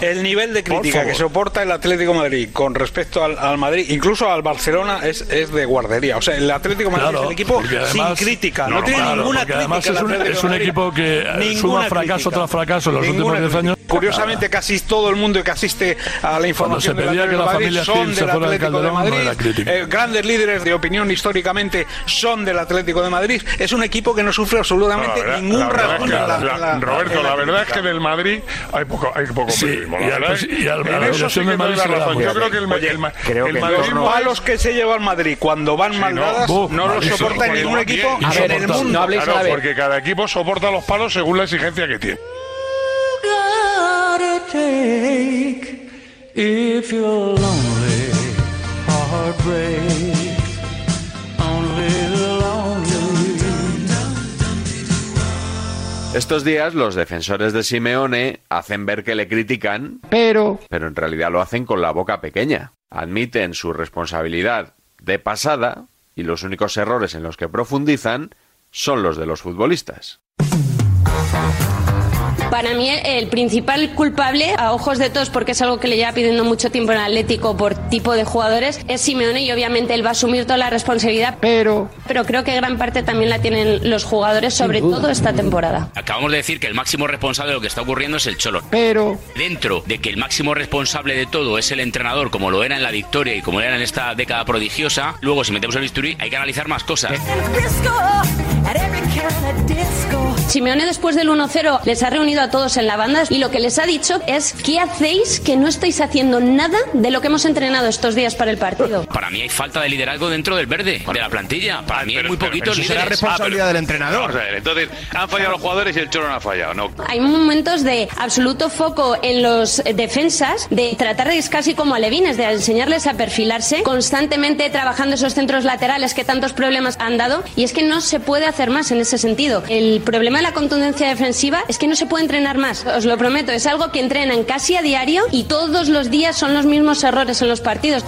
Speaker 15: El nivel de
Speaker 16: Por
Speaker 15: crítica
Speaker 16: favor.
Speaker 15: que soporta el Atlético de Madrid con respecto al, al Madrid, incluso al Barcelona, es, es de guardería. O sea, el Atlético de Madrid
Speaker 25: Claro,
Speaker 15: es el equipo
Speaker 25: porque
Speaker 15: sin
Speaker 25: además-
Speaker 15: crítica. no
Speaker 25: Normal,
Speaker 15: tiene
Speaker 25: claro,
Speaker 15: ninguna
Speaker 25: porque
Speaker 15: crítica.
Speaker 25: Además,
Speaker 15: el
Speaker 25: es un,
Speaker 15: Atlético de
Speaker 25: es un
Speaker 15: Madrid.
Speaker 25: equipo que eh,
Speaker 15: Ninguna
Speaker 25: suma fracaso
Speaker 15: crítica.
Speaker 25: tras fracaso en los
Speaker 15: Ninguna
Speaker 25: últimos 10
Speaker 15: crítica.
Speaker 25: años.
Speaker 15: Curiosamente, casi todo el mundo que asiste a la información
Speaker 25: se
Speaker 15: del
Speaker 25: pedía
Speaker 15: Atlético
Speaker 25: que la
Speaker 15: de Madrid
Speaker 25: familia
Speaker 15: son
Speaker 25: Gil se
Speaker 15: del
Speaker 25: fuera del
Speaker 15: Atlético de
Speaker 25: Calderón, no
Speaker 15: Madrid.
Speaker 25: era crítica.
Speaker 15: Eh, grandes líderes de opinión históricamente son del Atlético de Madrid. Es un equipo que no sufre absolutamente
Speaker 16: No, la verdad- la
Speaker 15: ningún
Speaker 16: verdad
Speaker 15: rasgo.
Speaker 16: es que- la- Roberto, la verdad es que
Speaker 15: del
Speaker 16: Madrid hay poco, hay poco periodismo. La
Speaker 15: y al- pues
Speaker 16: verdad,
Speaker 15: y al- a
Speaker 16: en
Speaker 15: la
Speaker 16: eso sí
Speaker 15: dirección
Speaker 16: que
Speaker 15: del
Speaker 16: te doy
Speaker 15: Madrid
Speaker 16: la
Speaker 15: se le da
Speaker 16: razón.
Speaker 15: muy
Speaker 16: Yo
Speaker 15: bien.
Speaker 16: creo que el, ma- el ma- el
Speaker 15: que
Speaker 16: Madrid
Speaker 15: los malos que se lleva el Madrid cuando van mal dadas no, los soporta ningún equipo en el mundo.
Speaker 16: Claro, porque cada equipo soporta los palos según la exigencia que tiene.
Speaker 10: Estos días los defensores de Simeone hacen ver que le critican,
Speaker 35: Pero
Speaker 10: pero en realidad lo hacen con la boca pequeña. Admiten su responsabilidad de pasada y los únicos errores en los que profundizan son los de los futbolistas.
Speaker 26: Para mí el principal culpable, a ojos de todos, porque es algo que le lleva pidiendo mucho tiempo en Atlético por tipo de jugadores, es Simeone y obviamente él va a asumir toda la responsabilidad. Pero... Pero creo que gran parte también la tienen los jugadores, sobre todo esta temporada.
Speaker 36: Acabamos de decir que el máximo responsable de lo que está ocurriendo es el Cholo.
Speaker 26: Pero...
Speaker 36: Dentro de que el máximo responsable de todo es el entrenador, como lo era en la victoria y como lo era en esta década prodigiosa, luego si metemos el bisturí hay que analizar más cosas.
Speaker 26: Simeone después del 1-0 les ha reunido a todos en la banda y lo que les ha dicho es ¿qué hacéis que no estáis haciendo nada de lo que hemos entrenado estos días para el partido?
Speaker 36: Para mí hay falta de liderazgo dentro del verde, de la plantilla. Para mí hay muy poquitos líderes.
Speaker 33: Ah, pero- Vamos a ver, entonces han fallado los jugadores y el Cholo no ha fallado. No.
Speaker 26: Hay momentos de absoluto foco en los eh, defensas, de tratarles casi como alevines, de enseñarles a perfilarse, constantemente trabajando esos centros laterales que tantos problemas han dado. Y es que no se puede hacer más en ese sentido. El problema de la contundencia defensiva es que no se puede entrenar más. Os lo prometo, es algo que entrenan casi a diario y todos los días son los mismos errores en los partidos.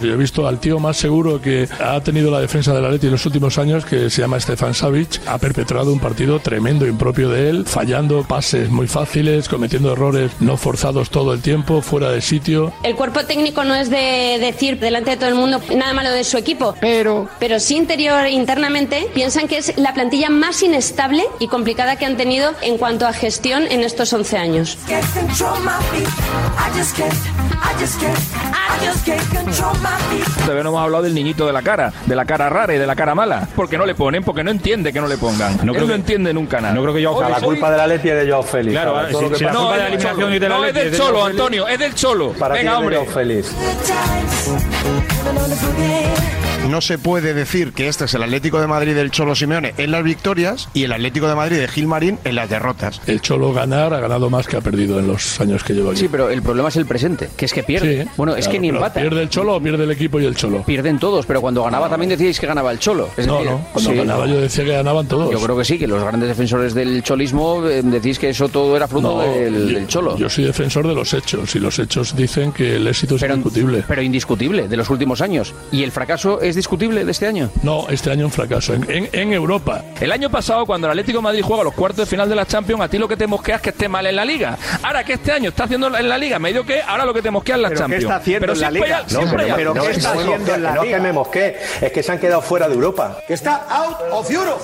Speaker 25: Yo he visto al tío más seguro que ha tenido la defensa del Atleti en los últimos años, que se llama Stefan Savic, ha perpetrado un partido tremendo, impropio de él, fallando pases muy fáciles, cometiendo errores no forzados todo el tiempo, fuera de sitio.
Speaker 26: El cuerpo técnico no es de decir delante de todo el mundo nada malo de su equipo, pero pero sí interior internamente piensan que es la plantilla más inestable y complicada que han tenido en cuanto a gestión en estos 11 años.
Speaker 4: Todavía no hemos hablado del niñito de la cara, de la cara rara y de la cara mala. Porque no le ponen, porque no entiende que no le pongan. No
Speaker 14: creo
Speaker 4: Él no
Speaker 14: que-
Speaker 4: entiende nunca nada. No
Speaker 14: creo que yo-
Speaker 4: haga
Speaker 14: La culpa de la Leti es de Joao Félix.
Speaker 4: Claro,
Speaker 14: ¿sabes?
Speaker 4: ahora,
Speaker 14: Todo
Speaker 4: si-
Speaker 14: lo que
Speaker 4: si la
Speaker 14: pasa-
Speaker 4: culpa de la eliminación y de la
Speaker 14: No,
Speaker 4: Leti
Speaker 14: es
Speaker 4: es
Speaker 14: del
Speaker 4: de
Speaker 14: Cholo,
Speaker 4: Joao Félix.
Speaker 14: Antonio, es del Cholo.
Speaker 4: Para
Speaker 14: Venga,
Speaker 4: ti es de
Speaker 14: hombre.
Speaker 4: Joao
Speaker 14: Félix.
Speaker 37: No se puede decir que este es el Atlético de Madrid del Cholo Simeone en las victorias y el Atlético de Madrid de Gil Marín en las derrotas.
Speaker 25: El Cholo ganar ha ganado más que ha perdido en los años que lleva aquí.
Speaker 14: Sí, pero el problema es el presente, que es que pierde.
Speaker 25: Sí,
Speaker 14: bueno, es
Speaker 25: claro,
Speaker 14: que ni
Speaker 25: pero
Speaker 14: empata.
Speaker 25: ¿Pierde el Cholo o pierde el equipo y el Cholo?
Speaker 14: Pierden todos, pero cuando ganaba también decíais que ganaba el Cholo. Es
Speaker 25: No,
Speaker 14: decir,
Speaker 25: no, cuando
Speaker 14: sí.
Speaker 25: ganaba yo decía que ganaban todos.
Speaker 14: Yo creo que sí, que los grandes defensores del cholismo eh, decís que eso todo era fruto del,
Speaker 25: yo-
Speaker 14: del Cholo.
Speaker 25: Yo soy defensor de los hechos y los hechos dicen que el éxito es indiscutible.
Speaker 14: Pero indiscutible, de los últimos años. ¿Y el fracaso es discutible de este año?
Speaker 25: No, este año un fracaso. En, en- en Europa.
Speaker 4: El año pasado, cuando el Atlético de Madrid juega los cuartos de final de la Champions, a ti lo que te mosqueas es que esté mal en la Liga. Ahora que este año está haciendo en la Liga medio que, ahora lo que te mosquea es la
Speaker 37: ¿Pero
Speaker 4: Champions.
Speaker 37: qué está haciendo
Speaker 4: pero
Speaker 37: en la
Speaker 4: siempre
Speaker 37: Liga?
Speaker 4: hay-
Speaker 37: No,
Speaker 4: siempre
Speaker 37: pero-
Speaker 4: hay
Speaker 37: pero
Speaker 4: algo.
Speaker 37: ¿qué está haciendo en la
Speaker 14: No que
Speaker 37: Liga?
Speaker 14: me
Speaker 37: mosqué, es que se han quedado fuera de Europa.
Speaker 14: Que está out of Europe.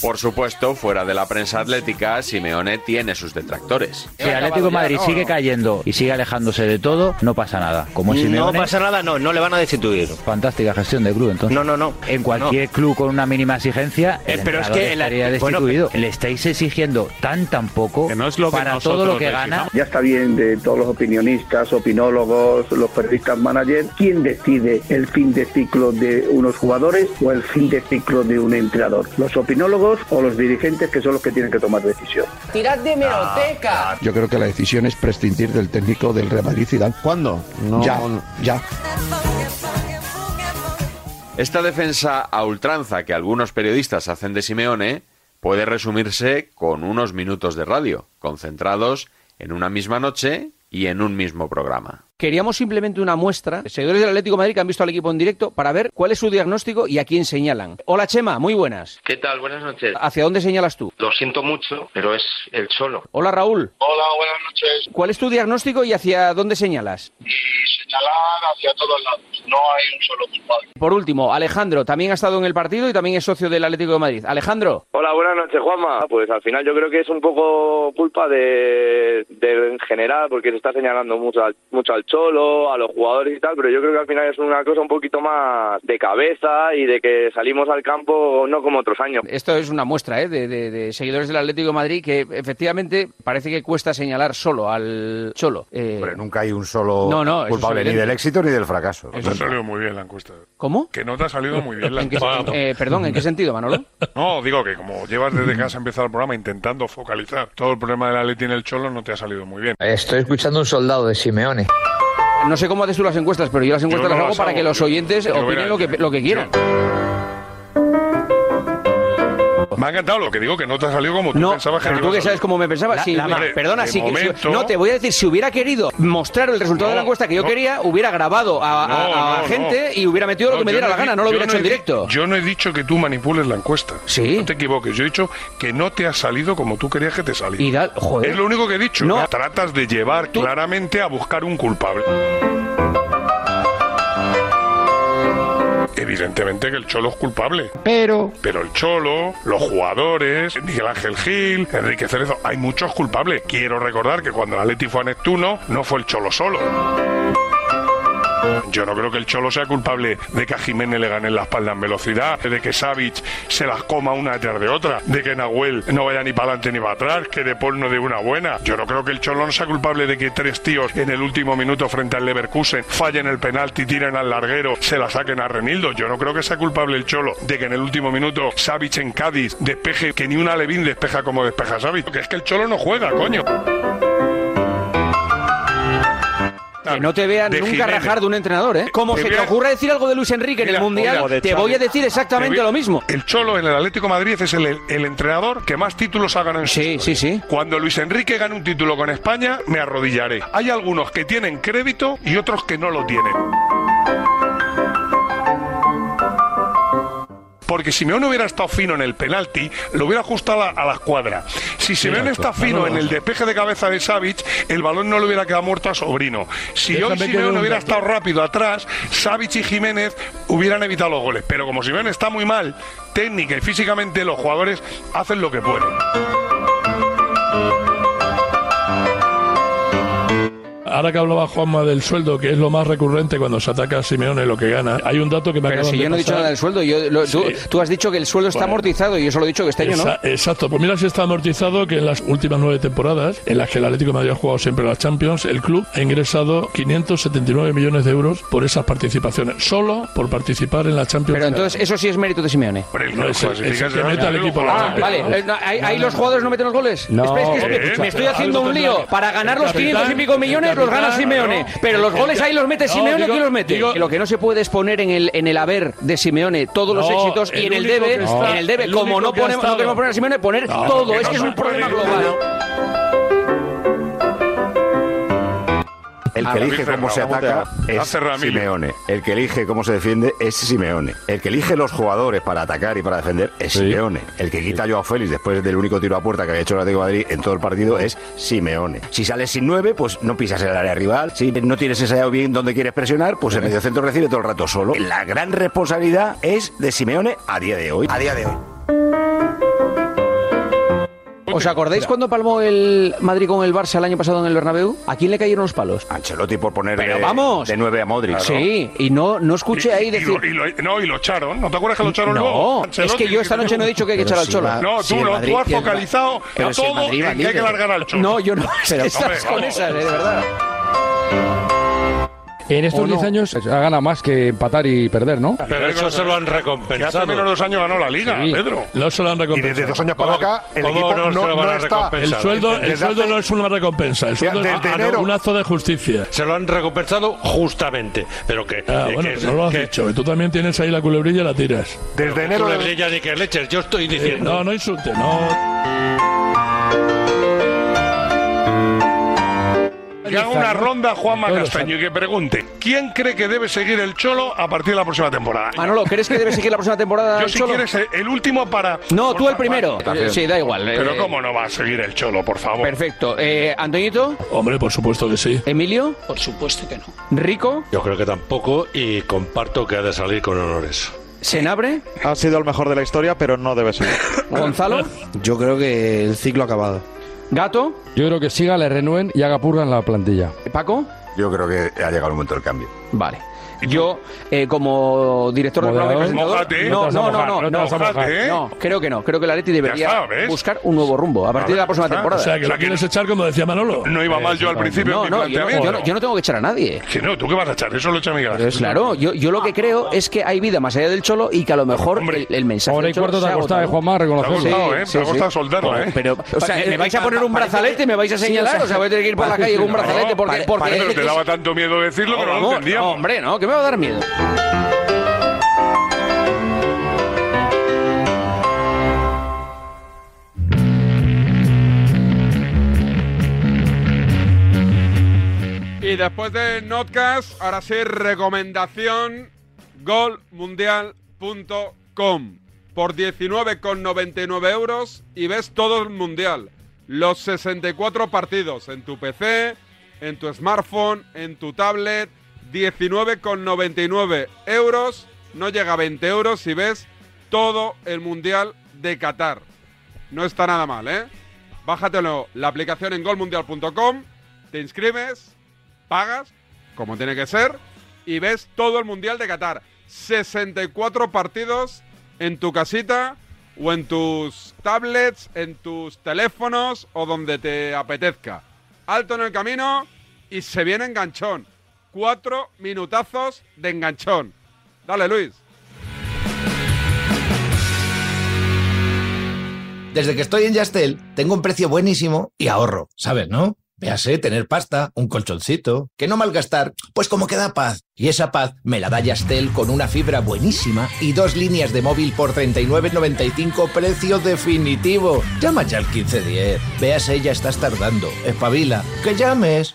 Speaker 10: Por supuesto, fuera de la prensa atlética, Simeone tiene sus detractores.
Speaker 38: Si el Atlético de Madrid sigue cayendo y sigue alejándose de todo, no pasa nada. Como es
Speaker 14: No
Speaker 38: Simeone,
Speaker 14: pasa nada, no, no le van a destituir.
Speaker 38: Fantástica gestión del
Speaker 14: ¿eh?
Speaker 38: club, entonces. No, no, no. En cualquier club con una mínima exigencia, el
Speaker 14: Eh, pero es
Speaker 38: entrenador
Speaker 14: que el-
Speaker 38: estaría
Speaker 14: bueno,
Speaker 38: destituido. Le estáis exigiendo tan tan poco para todo lo que gana.
Speaker 12: Ya está bien de todos los opinionistas, opinólogos, los periodistas manager. ¿Quién decide el fin de ciclo de unos jugadores o el fin de ciclo de un entrenador? ¿Los opinólogos o los dirigentes que son los que tienen que tomar decisión?
Speaker 14: Tirad de meroteca.
Speaker 2: Yo creo que la decisión es prescindir del técnico del Real Madrid Zidane. ¿Cuándo?
Speaker 14: No,
Speaker 2: ya, ya.
Speaker 10: Esta defensa a ultranza que algunos periodistas hacen de Simeone puede resumirse con unos minutos de radio, concentrados en una misma noche y en un mismo programa.
Speaker 14: Queríamos simplemente una muestra, seguidores del Atlético de Madrid que han visto al equipo en directo, para ver cuál es su diagnóstico y a quién señalan. Hola Chema, muy buenas.
Speaker 2: ¿Qué tal? Buenas noches.
Speaker 14: ¿Hacia dónde señalas tú?
Speaker 2: Lo siento mucho, pero es el Cholo.
Speaker 14: Hola Raúl,
Speaker 2: Hola, buenas noches.
Speaker 14: ¿cuál es tu diagnóstico y hacia dónde señalas?
Speaker 2: Señalar hacia todos lados. No hay un solo culpable.
Speaker 14: Por último, Alejandro también ha estado en el partido y también es socio del Atlético de Madrid. Alejandro,
Speaker 2: Hola, buenas noches, Juanma. Pues al final yo creo que es un poco culpa de, de- Eh, en general, porque se está señalando mucho al, mucho al Cholo, a los jugadores y tal, pero yo creo que al final es una cosa un poquito más de cabeza y de que salimos al campo no como otros años.
Speaker 14: esto es una muestra ¿eh? de, de- de seguidores del Atlético de Madrid que efectivamente parece que cuesta señalar solo al Cholo. Eh,
Speaker 4: Nunca hay un solo
Speaker 14: No, no, eso es
Speaker 4: culpable ni
Speaker 14: evidente.
Speaker 4: del éxito ni del fracaso.
Speaker 16: No te ha salido muy bien la encuesta.
Speaker 14: ¿Cómo?
Speaker 16: Que no te ha salido muy bien la
Speaker 14: ¿En qué-
Speaker 16: encuesta.
Speaker 14: eh, perdón, ¿en qué sentido, Manolo?
Speaker 16: (laughs) No, digo que como llevas desde que has empezado el programa intentando focalizar todo el problema de la Leti en el Cholo, no te ha salido muy bien.
Speaker 14: Estoy escuchando un soldado de Simeone. No sé cómo haces tú las encuestas, pero yo las encuestas
Speaker 16: Yo no
Speaker 14: las hago
Speaker 16: las
Speaker 14: para
Speaker 16: hago,
Speaker 14: que los
Speaker 16: yo-
Speaker 14: oyentes
Speaker 16: yo
Speaker 14: opinen
Speaker 16: verás,
Speaker 14: lo que, lo que quieran.
Speaker 16: Me ha encantado lo que digo, que no te ha salido como tú
Speaker 14: No,
Speaker 16: pensabas que
Speaker 14: pero
Speaker 16: te
Speaker 14: tú
Speaker 16: iba a
Speaker 14: que sabes
Speaker 16: salir.
Speaker 14: cómo me pensaba.
Speaker 16: La-
Speaker 14: sí,
Speaker 16: la-
Speaker 14: mira,
Speaker 16: hombre,
Speaker 14: perdona,
Speaker 16: de
Speaker 14: sí, sí,
Speaker 16: momento-
Speaker 14: no, te voy a decir, si hubiera querido mostrar el resultado de la encuesta que yo
Speaker 16: no.
Speaker 14: quería, hubiera grabado a, a-
Speaker 16: No,
Speaker 14: a
Speaker 16: no,
Speaker 14: gente
Speaker 16: no.
Speaker 14: y hubiera metido lo
Speaker 16: No,
Speaker 14: que me
Speaker 16: yo
Speaker 14: diera
Speaker 16: no
Speaker 14: la
Speaker 16: he
Speaker 14: gana,
Speaker 16: di-
Speaker 14: no lo
Speaker 16: yo
Speaker 14: hubiera hecho en
Speaker 16: he di-
Speaker 14: directo.
Speaker 16: Yo no he dicho que tú manipules la encuesta. No te equivoques. Yo he dicho que no te ha salido como tú querías que te saliera. Es lo único que he dicho. Tratas de llevar claramente a buscar un culpable. Evidentemente que el Cholo es culpable.
Speaker 21: Pero
Speaker 16: Pero el Cholo, los jugadores, Miguel Ángel Gil, Enrique Cerezo, hay muchos culpables. Quiero recordar que cuando el Atleti fue a Neptuno, no fue el Cholo solo. Yo no creo que el Cholo sea culpable de que a Jiménez le ganen la espalda en velocidad, de que Savic se las coma una detrás de otra, de que Nahuel no vaya ni para adelante ni para atrás, que De Paul no dé una buena. Yo no creo que el Cholo no sea culpable de que tres tíos en el último minuto frente al Leverkusen fallen el penalti, tiren al larguero, se la saquen a Renildo. Yo no creo que sea culpable el Cholo de que en el último minuto Savic en Cádiz despeje, que ni una Levín despeja como despeja Savic. Que es que el Cholo no juega, coño.
Speaker 14: Que no te vean
Speaker 16: De
Speaker 14: nunca
Speaker 16: Jiménez.
Speaker 14: rajar de un entrenador, ¿eh? Como
Speaker 16: Te
Speaker 14: se te
Speaker 16: voy a-
Speaker 14: ocurra decir algo de Luis Enrique en
Speaker 16: Mira,
Speaker 14: el Mundial,
Speaker 16: joder,
Speaker 14: te
Speaker 16: Xavi.
Speaker 14: voy a decir exactamente
Speaker 16: Te voy-
Speaker 14: lo mismo.
Speaker 16: El Cholo en el Atlético de Madrid es el, el entrenador que más títulos ha ganado en su Sí, sí, sí. Cuando Luis Enrique gane un título con España, me arrodillaré. Hay algunos que tienen crédito y otros que no lo tienen. Porque Simeone hubiera estado fino en el penalti, lo hubiera ajustado a la, a la escuadra. Si Simeone
Speaker 26: Exacto.
Speaker 16: está fino
Speaker 26: No, no,
Speaker 16: en
Speaker 26: no.
Speaker 16: el despeje de cabeza de Savic, el balón no le hubiera quedado muerto a Sobrino. Si
Speaker 26: Déjame
Speaker 16: hoy
Speaker 26: que
Speaker 16: Simeone
Speaker 26: dé un
Speaker 16: hubiera
Speaker 26: dato.
Speaker 16: estado rápido atrás, Savic y Jiménez hubieran evitado los goles. Pero como Simeone está muy mal, técnica y físicamente, los jugadores hacen lo que pueden.
Speaker 25: Ahora que hablaba Juanma del sueldo, que es lo más recurrente cuando se ataca a Simeone lo que gana, hay un dato que me
Speaker 14: Pero
Speaker 25: acaban
Speaker 14: si
Speaker 25: de
Speaker 14: yo no he dicho
Speaker 25: pasar.
Speaker 14: nada del sueldo, yo- lo- tú,
Speaker 25: Sí.
Speaker 14: tú has dicho que el sueldo está
Speaker 25: Bueno.
Speaker 14: amortizado y yo solo he dicho que este año no.
Speaker 25: Esa- Exacto, pues mira si está amortizado que en las últimas nueve temporadas, en las que el Atlético de Madrid ha jugado siempre las Champions, el club ha ingresado 579 millones de euros por esas participaciones, solo por participar en la Champions.
Speaker 14: Pero entonces eso sí es mérito de Simeone.
Speaker 25: no es el, es el que mete al equipo a la
Speaker 14: Ah,
Speaker 25: Champions.
Speaker 14: vale. eh, no, ahí ahí los jugadores no meten los goles.
Speaker 25: No.
Speaker 14: Espera, es que-
Speaker 25: Eh,
Speaker 14: me estoy haciendo
Speaker 25: algo
Speaker 14: un lío.
Speaker 25: contrario.
Speaker 14: Para ganar
Speaker 25: El
Speaker 14: los 500 y
Speaker 25: capitán,
Speaker 14: pico millones
Speaker 25: el
Speaker 14: los gana
Speaker 25: capitán,
Speaker 14: Simeone.
Speaker 25: no.
Speaker 14: Pero los
Speaker 25: El
Speaker 14: goles
Speaker 25: ca-
Speaker 14: ahí los mete
Speaker 25: No,
Speaker 14: Simeone,
Speaker 25: digo-
Speaker 14: ¿quién los mete?
Speaker 25: digo-
Speaker 14: lo que no se puede es poner en el, en el haber de Simeone todos los
Speaker 25: No,
Speaker 14: éxitos y
Speaker 25: el
Speaker 14: en el
Speaker 25: único
Speaker 14: debe,
Speaker 25: que está-
Speaker 14: en el debe,
Speaker 25: el
Speaker 14: como
Speaker 25: único
Speaker 14: no
Speaker 25: que ha
Speaker 14: ponemos, no
Speaker 25: estado-
Speaker 14: queremos poner a Simeone, poner
Speaker 25: No,
Speaker 14: todo.
Speaker 25: que
Speaker 14: Es que es
Speaker 25: no
Speaker 14: un problema global.
Speaker 27: El que
Speaker 2: Ahora,
Speaker 27: elige
Speaker 2: Luis
Speaker 27: cómo se
Speaker 2: Fernando,
Speaker 27: ataca
Speaker 2: te-
Speaker 27: es
Speaker 2: hace Ramírez.
Speaker 27: Simeone. El que elige cómo se defiende es Simeone. El que elige los jugadores para atacar y para defender es Simeone. El que quita a Joao Félix después del único tiro a puerta que había hecho el Atlético de Madrid en todo el partido es Simeone. Si sales sin nueve, pues no pisas el área rival. Si no tienes ensayado bien dónde quieres presionar, pues el mediocentro recibe todo el rato solo. La gran responsabilidad es de Simeone a día de hoy. A día de hoy.
Speaker 14: ¿Os acordáis cuando palmó el Madrid con el Barça el año pasado en el Bernabéu? ¿A quién le cayeron los palos?
Speaker 27: Ancelotti por poner
Speaker 14: Pero
Speaker 27: de,
Speaker 14: vamos.
Speaker 27: de nueve a Modric.
Speaker 14: Sí, y no, no escuché ahí
Speaker 16: Y- y
Speaker 14: decir.
Speaker 16: lo- y lo- no, y lo echaron. ¿No te acuerdas que lo echaron
Speaker 14: No,
Speaker 16: luego?
Speaker 14: es que yo esta noche no he dicho que hay que
Speaker 16: Pero
Speaker 14: echar al
Speaker 16: si
Speaker 14: Cholo.
Speaker 16: va- No, tú
Speaker 14: si el
Speaker 16: no,
Speaker 14: Madrid-
Speaker 16: tú has
Speaker 14: si el-
Speaker 16: focalizado
Speaker 14: pero
Speaker 16: a
Speaker 14: si el
Speaker 16: todo
Speaker 14: Madrid va
Speaker 16: en que hay que
Speaker 14: líder.
Speaker 16: largar al Cholo.
Speaker 14: No, yo no.
Speaker 16: Pero,
Speaker 14: estás
Speaker 16: hombre,
Speaker 14: con
Speaker 16: vamos.
Speaker 14: esas, eh, de verdad.
Speaker 21: en
Speaker 16: ¿O
Speaker 21: estos 10
Speaker 16: no?
Speaker 21: años ha ganado más que empatar y perder, ¿no?
Speaker 16: Pero eso se lo han
Speaker 21: recompensado.
Speaker 16: Que hace menos de dos años ganó la Liga,
Speaker 21: Sí.
Speaker 16: Pedro.
Speaker 25: No se lo han recompensado.
Speaker 16: Y desde dos años para
Speaker 25: ¿Cómo-
Speaker 16: acá, el
Speaker 25: cómo
Speaker 16: equipo no-
Speaker 25: se lo van
Speaker 16: no
Speaker 25: a
Speaker 16: está-
Speaker 25: recompensar? El sueldo, el
Speaker 16: Desde
Speaker 25: sueldo
Speaker 16: hace-
Speaker 25: no es una recompensa, el sueldo
Speaker 26: Mira,
Speaker 25: es
Speaker 26: desde
Speaker 25: ah, no,
Speaker 26: enero-
Speaker 25: un acto de justicia.
Speaker 26: Se lo han recompensado justamente, pero que...
Speaker 25: Ah,
Speaker 26: eh,
Speaker 25: bueno,
Speaker 26: que-
Speaker 25: pero no lo has
Speaker 26: que-
Speaker 25: dicho, que tú también tienes ahí la culebrilla y la tiras.
Speaker 26: Desde enero de brillas ni que leches, yo estoy diciendo.
Speaker 25: Eh, no, no insulte, no.
Speaker 16: Que haga una ronda Juanma Castaño y que pregunte ¿Quién cree que debe seguir el Cholo a partir de la próxima temporada?
Speaker 14: Manolo, ¿crees que debe seguir la próxima temporada
Speaker 16: Yo
Speaker 14: Ah, el
Speaker 16: si
Speaker 14: Cholo?
Speaker 16: quieres el- el último para...
Speaker 14: No,
Speaker 16: por
Speaker 14: tú el
Speaker 16: favor.
Speaker 14: primero. Eh, Sí, da igual. eh,
Speaker 16: Pero ¿cómo no va a seguir el Cholo, por favor?
Speaker 14: Perfecto. Eh, ¿Antoñito?
Speaker 25: Hombre, por supuesto que sí.
Speaker 14: ¿Emilio?
Speaker 30: Por supuesto que no.
Speaker 14: ¿Rico?
Speaker 26: Yo creo que tampoco y comparto que ha de salir con honores.
Speaker 14: ¿Senabre?
Speaker 5: Ha sido el mejor de la historia, pero no debe ser.
Speaker 14: (laughs) ¿Gonzalo?
Speaker 21: Yo creo que el ciclo ha acabado.
Speaker 14: ¿Gato?
Speaker 21: Yo creo que siga, le renuen y haga purga en la plantilla.
Speaker 14: ¿Paco?
Speaker 27: Yo creo que ha llegado el momento del cambio.
Speaker 14: Vale. Yo, eh, como director del programa y presentador,
Speaker 27: Moderador. Mójate. No
Speaker 14: no,
Speaker 27: te vas
Speaker 14: no,
Speaker 27: a
Speaker 14: no,
Speaker 27: mojar,
Speaker 14: no,
Speaker 27: no te
Speaker 14: no,
Speaker 27: vas a mojar.
Speaker 14: no, creo que no. Creo que el Atleti
Speaker 16: ¿eh? Ya
Speaker 14: debería
Speaker 16: está, ¿ves?
Speaker 14: buscar un nuevo rumbo a partir de la próxima temporada.
Speaker 25: O sea, que lo quieres echar como decía Manolo.
Speaker 16: No iba mal yo al principio
Speaker 14: No,
Speaker 16: en mi
Speaker 14: no, yo no,
Speaker 16: planteamiento.
Speaker 14: yo no- yo no tengo que echar a nadie.
Speaker 16: Que no, ¿tú qué vas a echar? Eso lo echa Miguel Ángel.
Speaker 14: Claro, yo, yo lo que creo es que hay vida más allá del cholo y que a lo mejor el, el mensaje.
Speaker 21: Hora
Speaker 14: del
Speaker 21: y
Speaker 14: Cholo
Speaker 21: cuarto te
Speaker 14: se
Speaker 21: ha costado,
Speaker 14: agotado.
Speaker 21: eh, Juanma, reconocer.
Speaker 14: Sí, sí, sí.
Speaker 21: Joder,
Speaker 14: Pero, o sea, ¿me vais a poner un brazalete? ¿Me vais a
Speaker 21: Sí,
Speaker 14: señalar? o sea, voy a tener que ir
Speaker 16: (laughs)
Speaker 14: por la
Speaker 21: parece
Speaker 14: calle con un
Speaker 21: que no.
Speaker 14: brazalete porque.
Speaker 21: Pare-
Speaker 14: porque
Speaker 21: parece
Speaker 16: Pero te daba tanto miedo decirlo que no lo
Speaker 14: Vamos,
Speaker 16: entendíamos.
Speaker 14: hombre, no, que me va a dar miedo.
Speaker 7: Y después de Notcast, ahora sí, recomendación golmundial.com. Por 19,99 euros y ves todo el mundial. Los 64 partidos en tu PC, en tu smartphone, en tu tablet. 19,99 euros. No llega a 20 euros si ves todo el mundial de Qatar. No está nada mal, ¿eh? Bájatelo la aplicación en golmundial.com, te inscribes, pagas, como tiene que ser, y ves todo el Mundial de Qatar. 64 partidos en tu casita o en tus tablets, en tus teléfonos o donde te apetezca. Alto en el camino y se viene enganchón. Cuatro minutazos de enganchón. Dale, Luis.
Speaker 14: Desde que estoy en Yastel, tengo un precio buenísimo y ahorro, ¿sabes, no? Véase, tener pasta, un colchoncito, que no malgastar, pues como que da paz. Y esa paz me la da Yastel con una fibra buenísima y dos líneas de móvil por 39.95 precio definitivo. Llama ya al 1510. Véase, ya estás tardando. Espabila, que llames.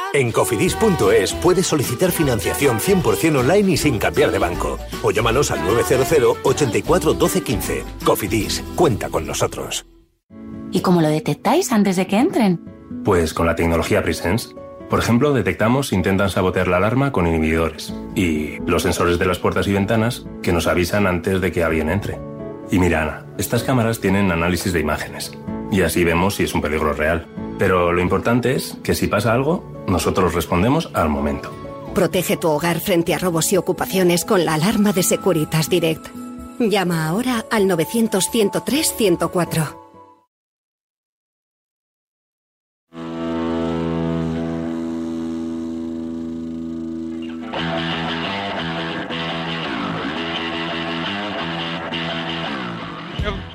Speaker 2: En cofidis.es Pues puedes solicitar financiación 100% online y sin cambiar de banco. O llámanos al 900 84 12 15. Cofidis, cuenta con nosotros.
Speaker 27: ¿Y cómo lo detectáis antes de que entren?
Speaker 12: Pues con la tecnología Presence. Por ejemplo, detectamos si intentan sabotear la alarma con inhibidores y los sensores de las puertas y ventanas que nos avisan antes de que alguien entre. Y mira, Ana, estas cámaras tienen análisis de imágenes y así vemos si es un peligro real. Pero lo importante es que si pasa algo, nosotros respondemos al momento.
Speaker 24: Protege tu hogar frente a robos y ocupaciones con la alarma de Securitas Direct. Llama ahora al 900-103-104.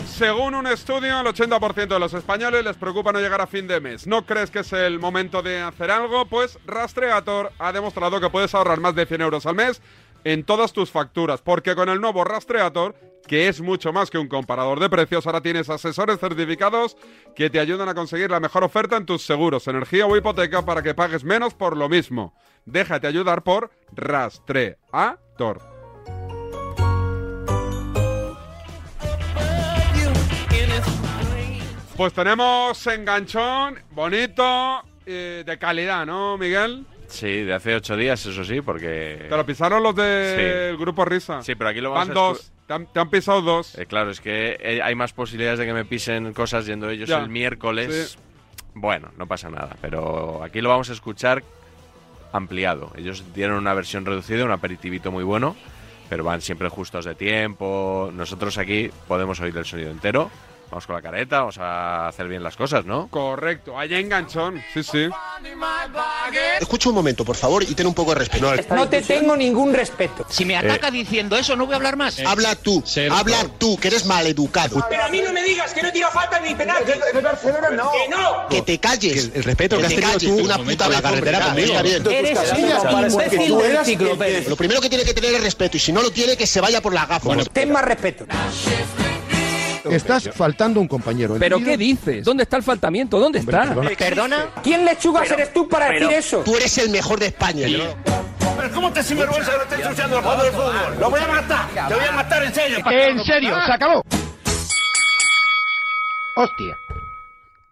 Speaker 7: Según un estudio, el 80% de los españoles les preocupa no llegar a fin de mes. ¿No crees que es el momento de hacer algo? Pues Rastreator ha demostrado que puedes ahorrar más de 100 euros al mes en todas tus facturas, porque con el nuevo Rastreator, que es mucho más que un comparador de precios, ahora tienes asesores certificados que te ayudan a conseguir la mejor oferta en tus seguros, energía o hipoteca para que pagues menos por lo mismo. Déjate ayudar por Rastreator. Pues tenemos enganchón, bonito, eh, de calidad, ¿no, Miguel?
Speaker 10: Sí, de hace ocho días, eso sí, porque.
Speaker 7: Te lo pisaron los del grupo Risa.
Speaker 10: Sí, pero aquí lo vamos
Speaker 7: Ah. Van
Speaker 10: a escu-
Speaker 7: dos, te han, te han pisado dos.
Speaker 10: Eh, claro, es que eh, hay más posibilidades de que me pisen cosas yendo ellos
Speaker 7: Ya.
Speaker 10: el miércoles. Bueno, no pasa nada, pero aquí lo vamos a escuchar ampliado. Ellos dieron una versión reducida, un aperitivito muy bueno, pero van siempre justos de tiempo. Nosotros aquí podemos oír el sonido entero. Vamos con la careta, vamos a hacer bien las cosas, ¿no?
Speaker 7: Correcto, allá enganchón, sí, sí.
Speaker 27: Escucha un momento, por favor, y ten un poco de respeto.
Speaker 38: No te tengo ningún respeto. Si
Speaker 33: Eh.
Speaker 38: me
Speaker 27: ataca
Speaker 38: diciendo eso, no voy a hablar más.
Speaker 27: Habla tú, habla tú, que eres maleducado.
Speaker 38: Pero a mí no me digas que no tira falta ni penal. De Barcelona no. Que no.
Speaker 27: Que te calles. el respeto
Speaker 38: que has tenido tú
Speaker 27: una
Speaker 38: Un
Speaker 27: puta
Speaker 38: momento,
Speaker 27: la carretera
Speaker 38: hombre,
Speaker 27: conmigo.
Speaker 38: ya, ya. Eres un imbécil del ciclopédico.
Speaker 27: Lo primero que tiene que tener es respeto, y si no lo tiene, que se vaya por las gafas.
Speaker 38: ten más respeto.
Speaker 33: Pues
Speaker 39: Estás faltando un compañero.
Speaker 40: ¿Pero qué dices? ¿Dónde está el faltamiento? ¿Dónde está?
Speaker 38: ¿Perdona? ¿Quién lechugas eres tú para
Speaker 27: pero-
Speaker 38: decir eso?
Speaker 27: Tú eres el mejor de España.
Speaker 38: Pero ¿cómo te sinvergüenza que lo estés ensuciando al jugador de fútbol? ¡Lo voy a matar! ¡Te voy a matar en serio! Ah.
Speaker 27: En serio, se
Speaker 38: acabó!
Speaker 27: Hostia.